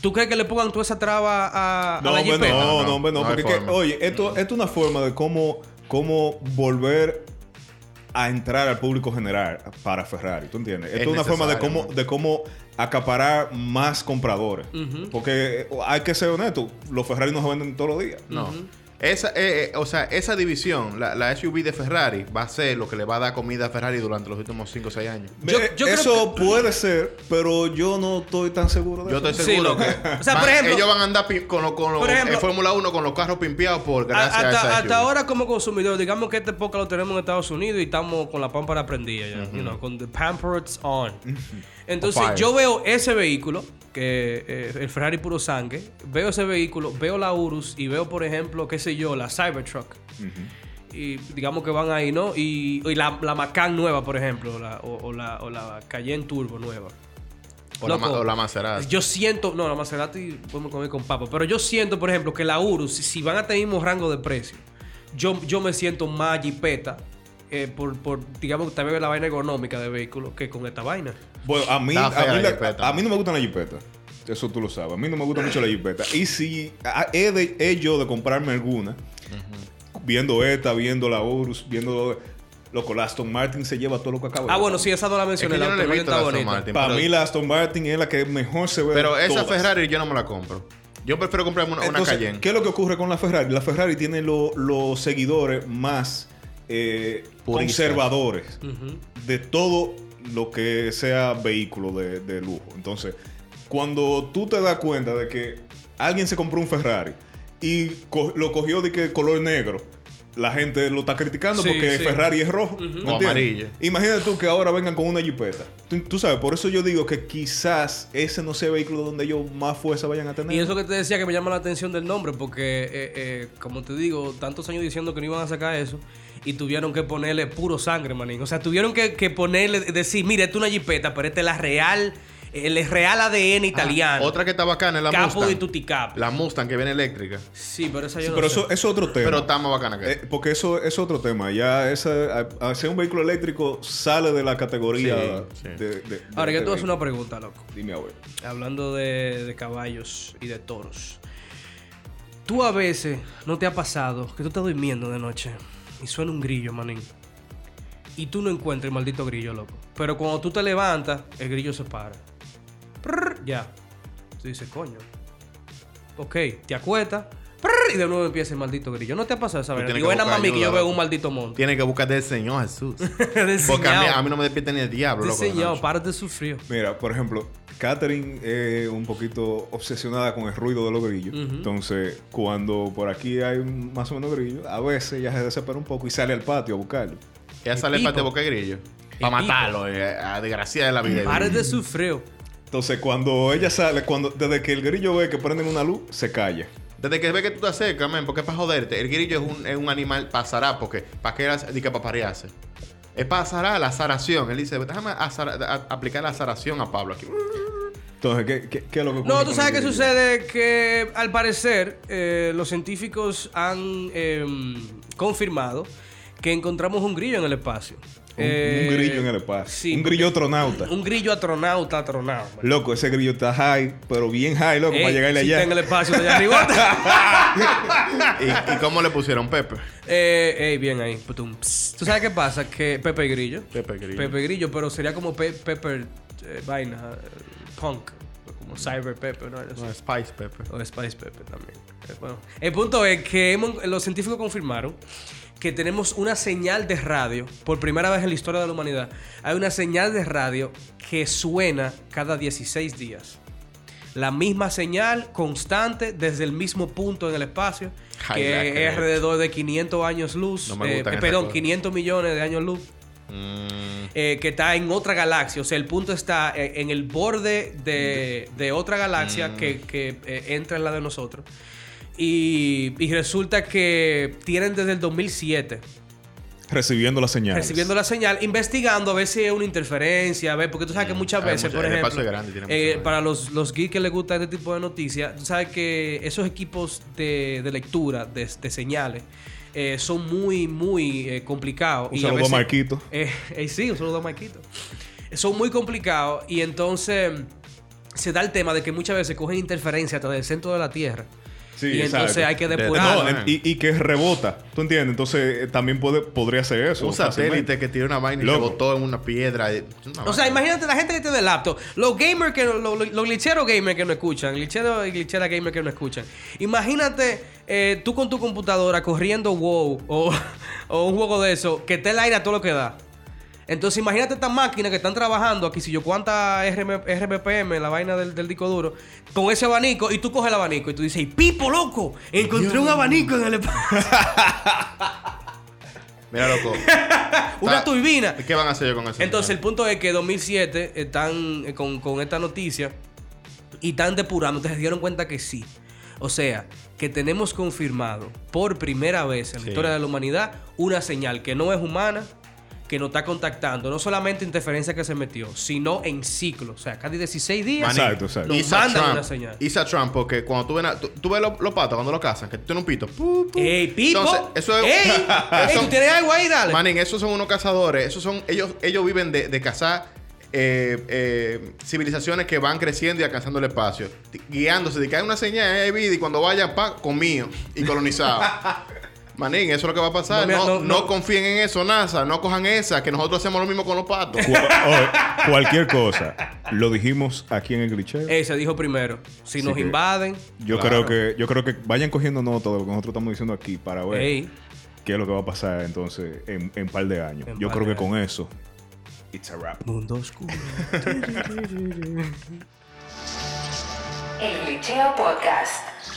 [SPEAKER 3] ¿Tú crees que le pongan toda esa traba a, a
[SPEAKER 4] No,
[SPEAKER 3] la
[SPEAKER 4] hombre,
[SPEAKER 3] jipeta?
[SPEAKER 4] no,
[SPEAKER 2] No,
[SPEAKER 4] no, hombre, no.
[SPEAKER 2] no hay
[SPEAKER 4] porque, es que,
[SPEAKER 2] forma.
[SPEAKER 4] oye, esto, esto es una forma de cómo, cómo volver a entrar al público general para Ferrari, ¿tú entiendes? Esto es,
[SPEAKER 2] Es
[SPEAKER 4] una forma de
[SPEAKER 2] necesario,
[SPEAKER 4] cómo,
[SPEAKER 2] ¿no?
[SPEAKER 4] de cómo acaparar más compradores. Porque eh, hay que ser honesto, los Ferrari no se venden todos los días.
[SPEAKER 2] No. Esa, eh, eh, o sea, esa división, la, la SUV de Ferrari, va a ser lo que le va a dar comida a Ferrari durante los últimos 5 o 6 años.
[SPEAKER 3] Yo-
[SPEAKER 4] Eh,
[SPEAKER 3] yo creo
[SPEAKER 4] eso puede ser, pero yo no estoy tan seguro de
[SPEAKER 2] Yo
[SPEAKER 4] eso.
[SPEAKER 2] estoy
[SPEAKER 3] Sí,
[SPEAKER 2] seguro
[SPEAKER 3] no.
[SPEAKER 2] que
[SPEAKER 3] O sea,
[SPEAKER 2] van-
[SPEAKER 3] por ejemplo-
[SPEAKER 2] ellos van a andar pi- con, lo- con lo-
[SPEAKER 3] Por ejemplo-
[SPEAKER 2] en Fórmula 1 con los carros pimpeados por
[SPEAKER 3] A-
[SPEAKER 2] gracias a,
[SPEAKER 3] hasta,
[SPEAKER 2] esa SUV.
[SPEAKER 3] hasta ahora como consumidor, digamos que este podcast lo tenemos en Estados Unidos y estamos con la pámpara prendida ya, you know, con the pampers on. Entonces
[SPEAKER 2] Papaya.
[SPEAKER 3] yo veo ese vehículo, que eh, el Ferrari puro sangre, veo ese vehículo, veo la Urus y veo por ejemplo, qué sé yo, la Cybertruck. Y digamos que van ahí, ¿no? Y, y la, la Macan nueva, por ejemplo, la- o, o la, o la Cayenne Turbo nueva.
[SPEAKER 2] O la, ma-
[SPEAKER 3] Loco.
[SPEAKER 2] o la Maserati.
[SPEAKER 3] Yo siento, no, la Maserati podemos comer con papa, pero yo siento, por ejemplo, que la Urus, si, si van a tener el mismo rango de precio, yo, yo me siento más jipeta eh, por, por, digamos, también la vaina ergonómica de vehículo que con esta vaina.
[SPEAKER 4] Bueno, a mí,
[SPEAKER 2] Está
[SPEAKER 4] a,
[SPEAKER 2] fea la
[SPEAKER 4] mí la-
[SPEAKER 2] jipeta.
[SPEAKER 4] a mí no me gustan las jipetas. Eso tú lo sabes. A mí no me gusta mucho la jipeta. Y si a- he, de- he yo de comprarme alguna, viendo esta, viendo la Urus, viendo... Loco, la Aston Martin se lleva todo lo que acaba.
[SPEAKER 3] Ah, bueno, sí, esa no la mencioné.
[SPEAKER 2] Es que yo
[SPEAKER 3] la
[SPEAKER 2] no le he
[SPEAKER 3] automóvil
[SPEAKER 2] visto
[SPEAKER 3] está
[SPEAKER 2] la Aston
[SPEAKER 3] bonita.
[SPEAKER 2] Martin.
[SPEAKER 4] Para
[SPEAKER 2] pero-
[SPEAKER 4] mí la Aston Martin es la que mejor se ve.
[SPEAKER 2] Pero
[SPEAKER 4] de
[SPEAKER 2] esa
[SPEAKER 4] todas.
[SPEAKER 2] Ferrari yo no me la compro. Yo prefiero comprarme una, una
[SPEAKER 4] Entonces,
[SPEAKER 2] Cayenne.
[SPEAKER 4] ¿Qué es lo que ocurre con la Ferrari? La Ferrari tiene lo- los seguidores más eh,
[SPEAKER 2] Puristas.
[SPEAKER 4] conservadores
[SPEAKER 3] Ujú.
[SPEAKER 4] de todo lo que sea vehículo de, de lujo. Entonces, cuando tú te das cuenta de que alguien se compró un Ferrari y co- lo cogió de que color negro la gente lo está criticando
[SPEAKER 3] Sí,
[SPEAKER 4] porque
[SPEAKER 3] sí.
[SPEAKER 4] Ferrari es rojo. ¿me
[SPEAKER 2] O
[SPEAKER 4] entiendes?
[SPEAKER 2] amarillo.
[SPEAKER 4] Imagínate tú que ahora vengan con una jipeta. Tú, tú sabes, por eso yo digo que quizás ese no sea el vehículo donde ellos más fuerza vayan a tener.
[SPEAKER 3] Y eso que te decía que me llama la atención del nombre, porque, eh, eh, como te digo, tantos años diciendo que no iban a sacar eso, y tuvieron que ponerle puro sangre, manín. O sea, tuvieron que, que ponerle, decir, mire, esta es una jipeta, pero esta es la real, el real ADN italiano.
[SPEAKER 2] Otra que está bacana es la
[SPEAKER 3] Capo de
[SPEAKER 2] Mustang.
[SPEAKER 3] Tuticap.
[SPEAKER 2] La Mustang que viene eléctrica.
[SPEAKER 3] Sí, pero esa yo
[SPEAKER 4] Sí,
[SPEAKER 3] no
[SPEAKER 4] pero
[SPEAKER 3] sé.
[SPEAKER 4] eso eso es otro tema.
[SPEAKER 2] Pero está más bacana que
[SPEAKER 4] Eh, porque eso es otro tema. Ya esa, a- hacer un vehículo eléctrico sale de la categoría.
[SPEAKER 2] Sí, sí.
[SPEAKER 4] De, de-
[SPEAKER 3] Ahora,
[SPEAKER 4] de-
[SPEAKER 3] yo te voy a
[SPEAKER 4] de
[SPEAKER 3] hacer una pregunta, loco.
[SPEAKER 4] vehículo. Dime a ver.
[SPEAKER 3] Hablando de, de caballos y de toros. Tú a veces no te ha pasado que tú estás durmiendo de noche y suena un grillo, manín. Y tú no encuentras el maldito grillo, loco. Pero cuando tú te levantas, el grillo se para. Prrr, ya. Tú dices, coño. Ok, te acuestas. prrr, y de nuevo empieza el maldito grillo. ¿No te ha pasado esa
[SPEAKER 2] Tú
[SPEAKER 3] vez?
[SPEAKER 2] tienes
[SPEAKER 3] Digo,
[SPEAKER 2] que
[SPEAKER 3] es nada más a mí que
[SPEAKER 2] buscar
[SPEAKER 3] yo
[SPEAKER 2] ayuda,
[SPEAKER 3] veo un
[SPEAKER 2] loco.
[SPEAKER 3] maldito monte.
[SPEAKER 2] Tiene que buscar del Señor Jesús. Porque a mí, a
[SPEAKER 3] Diseñado.
[SPEAKER 2] mí no me despierta ni el diablo, loco. de
[SPEAKER 3] Diseñado,
[SPEAKER 2] noche.
[SPEAKER 3] párate de sufrir.
[SPEAKER 4] Mira, por ejemplo, Katherine es un poquito obsesionada con el ruido de los grillos. Entonces, cuando por aquí hay un- más o menos grillos, a veces ella se desespera un poco y sale al patio a buscarlo.
[SPEAKER 2] Ella
[SPEAKER 3] El
[SPEAKER 2] sale para
[SPEAKER 3] tipo.
[SPEAKER 2] de boca de grillo.
[SPEAKER 3] tipo.
[SPEAKER 2] Para matarlo, eh, a desgracia de la vida.
[SPEAKER 3] Párate de sufrir.
[SPEAKER 4] Entonces, cuando ella sale, cuando desde que el grillo ve que prenden una luz, se calla.
[SPEAKER 2] Desde que ve que tú te acercas, men, porque es para joderte. El grillo es un, es un animal pasará, porque para qué era- di que para parearse. Es pasará la zaración. Él dice, déjame azara- a- aplicar la zaración a Pablo aquí.
[SPEAKER 4] Entonces, ¿qué, qué- qué es lo que
[SPEAKER 3] No,
[SPEAKER 4] ocurre
[SPEAKER 3] tú
[SPEAKER 4] con
[SPEAKER 3] sabes
[SPEAKER 4] el
[SPEAKER 3] qué
[SPEAKER 4] grillo?
[SPEAKER 3] sucede, que al parecer eh, los científicos han em, confirmado que encontramos un grillo en el espacio.
[SPEAKER 4] Un, un
[SPEAKER 3] Eh,
[SPEAKER 4] grillo en el espacio.
[SPEAKER 3] sí,
[SPEAKER 4] un grillo astronauta.
[SPEAKER 3] Un grillo atronauta, atronado. man.
[SPEAKER 4] Loco, ese grillo está high, pero bien high, loco,
[SPEAKER 3] Ey,
[SPEAKER 4] para llegarle
[SPEAKER 3] si
[SPEAKER 4] allá.
[SPEAKER 3] está en el espacio, está allá arriba.
[SPEAKER 2] ¿Y, y cómo le pusieron Pepe?
[SPEAKER 3] eh, ey, bien ahí. Putum, ps. ¿Tú sabes qué pasa? Que Pepe Grillo.
[SPEAKER 2] Pepe Grillo.
[SPEAKER 3] Pepe Grillo, pero sería como Pe- Pepper eh, Vaina, eh, Punk. Como Cyber Pepper, ¿no?
[SPEAKER 2] No, Spice Pepe.
[SPEAKER 3] O Spice Pepper también. Eh, Bueno, el punto es que hemos- los científicos confirmaron que tenemos una señal de radio, por primera vez en la historia de la humanidad, hay una señal de radio que suena cada 16 días. La misma señal constante desde el mismo punto en el espacio,
[SPEAKER 2] Ay, la
[SPEAKER 3] que
[SPEAKER 2] creta.
[SPEAKER 3] es alrededor de 500 años luz,
[SPEAKER 2] No me gustan esas
[SPEAKER 3] Eh, perdón,
[SPEAKER 2] cosas.
[SPEAKER 3] 500 millones de años luz
[SPEAKER 2] Mm,
[SPEAKER 3] eh, que está en otra galaxia. O sea, el punto está eh, en el borde de, de otra
[SPEAKER 2] Mm.
[SPEAKER 3] galaxia que, que, eh, entra en la de nosotros. Y, y resulta que tienen desde el 2007
[SPEAKER 4] Recibiendo la señal.
[SPEAKER 3] recibiendo la señal, investigando a ver si es una interferencia, a ver, porque tú sabes que muchas
[SPEAKER 2] Mm. hay
[SPEAKER 3] veces,
[SPEAKER 2] mucha-
[SPEAKER 3] por
[SPEAKER 2] el espacio
[SPEAKER 3] ejemplo,
[SPEAKER 2] es grande, tiene
[SPEAKER 3] eh,
[SPEAKER 2] mucha vaina.
[SPEAKER 3] para los, los geeks que les gusta este tipo de noticias, tú sabes que esos equipos de, de lectura, de, de señales, eh, son muy, muy eh, complicados.
[SPEAKER 4] Un
[SPEAKER 3] Y
[SPEAKER 4] saludo
[SPEAKER 3] veces-
[SPEAKER 4] a Marquito.
[SPEAKER 3] eh, eh, sí, un saludo a Marquito. Son muy complicados y entonces se da el tema de que muchas veces cogen interferencia hasta del centro de la Tierra.
[SPEAKER 4] Sí,
[SPEAKER 3] y entonces
[SPEAKER 4] exacto.
[SPEAKER 3] hay que
[SPEAKER 2] De-
[SPEAKER 3] depurar.
[SPEAKER 4] No,
[SPEAKER 2] Ah,
[SPEAKER 4] en- y, y que rebota. ¿Tú entiendes? Entonces eh, también puede, podría ser eso.
[SPEAKER 2] un
[SPEAKER 4] fácilmente.
[SPEAKER 2] satélite que tiró una vaina y
[SPEAKER 4] Loco.
[SPEAKER 2] se botó en una piedra. eh, es una
[SPEAKER 3] O sea,
[SPEAKER 2] vaina.
[SPEAKER 3] imagínate la gente que tiene laptop, los gamers que los, los, los glitcheros gamers que no escuchan, glitcheros y glitcheras gamers que no escuchan. Imagínate eh, tú con tu computadora corriendo WoW o, o un juego de eso que te el aire a todo lo que da. Entonces imagínate estas máquinas que están trabajando aquí, si yo cuánta RM RBPM, la vaina del, del disco duro, con ese abanico y tú coges el abanico y tú dices, "Y ¡Pipo, loco! Encontré un abanico en el espacio,
[SPEAKER 2] Mira, loco.
[SPEAKER 3] una
[SPEAKER 2] Está-
[SPEAKER 3] turbina.
[SPEAKER 2] ¿Qué van a hacer yo con eso?
[SPEAKER 3] Entonces, el punto es que 2007 están eh, con, con esta noticia y están depurando. Entonces, se dieron cuenta que sí. O sea, que tenemos confirmado por primera vez en la
[SPEAKER 2] Sí.
[SPEAKER 3] historia de la humanidad una señal que no es humana, que nos está contactando. No solamente interferencia que se metió, sino en ciclo. O sea, cada 16 días.
[SPEAKER 4] Maní. Exacto, exacto.
[SPEAKER 3] Nos
[SPEAKER 2] Isa
[SPEAKER 3] mandan
[SPEAKER 2] Trump,
[SPEAKER 3] una señal.
[SPEAKER 2] Isa Trump, porque cuando tú ves, na- tú, tú ves los los patos cuando lo cazan, que tú tienes un pito. pu, pu.
[SPEAKER 3] ¡Ey, Pipo!
[SPEAKER 2] Entonces, eso es.
[SPEAKER 3] ¡Ey! ¡Ey,
[SPEAKER 2] eso-
[SPEAKER 3] tú tienes algo ahí, dale!
[SPEAKER 2] Manín, esos son unos cazadores. Esos son, ellos, ellos viven de, de cazar eh, eh, civilizaciones que van creciendo y alcanzando el espacio. Ti- Guiándose, de que hay una señal eh, vida y cuando vaya pa, comido y colonizado. Manín, eso es lo que va a pasar.
[SPEAKER 3] No, mira,
[SPEAKER 2] No,
[SPEAKER 3] no,
[SPEAKER 2] no
[SPEAKER 3] no.
[SPEAKER 2] confíen en eso, NASA. No cojan esa, que nosotros hacemos lo mismo con los patos.
[SPEAKER 4] Cu- oye, cualquier cosa. Lo dijimos aquí en el glitchero.
[SPEAKER 3] Ey, se dijo primero. Si
[SPEAKER 4] Sí
[SPEAKER 3] nos
[SPEAKER 4] que-
[SPEAKER 3] invaden.
[SPEAKER 4] yo
[SPEAKER 2] claro.
[SPEAKER 4] creo que yo creo que vayan cogiendo nota de lo que nosotros estamos diciendo aquí para ver
[SPEAKER 3] ¡Ey!
[SPEAKER 4] qué es lo que va a pasar entonces en un par de años.
[SPEAKER 3] En
[SPEAKER 4] Yo
[SPEAKER 3] par
[SPEAKER 4] creo
[SPEAKER 3] de
[SPEAKER 4] que con eso. It's a wrap.
[SPEAKER 3] Mundo oscuro.
[SPEAKER 1] El Liceo Podcast.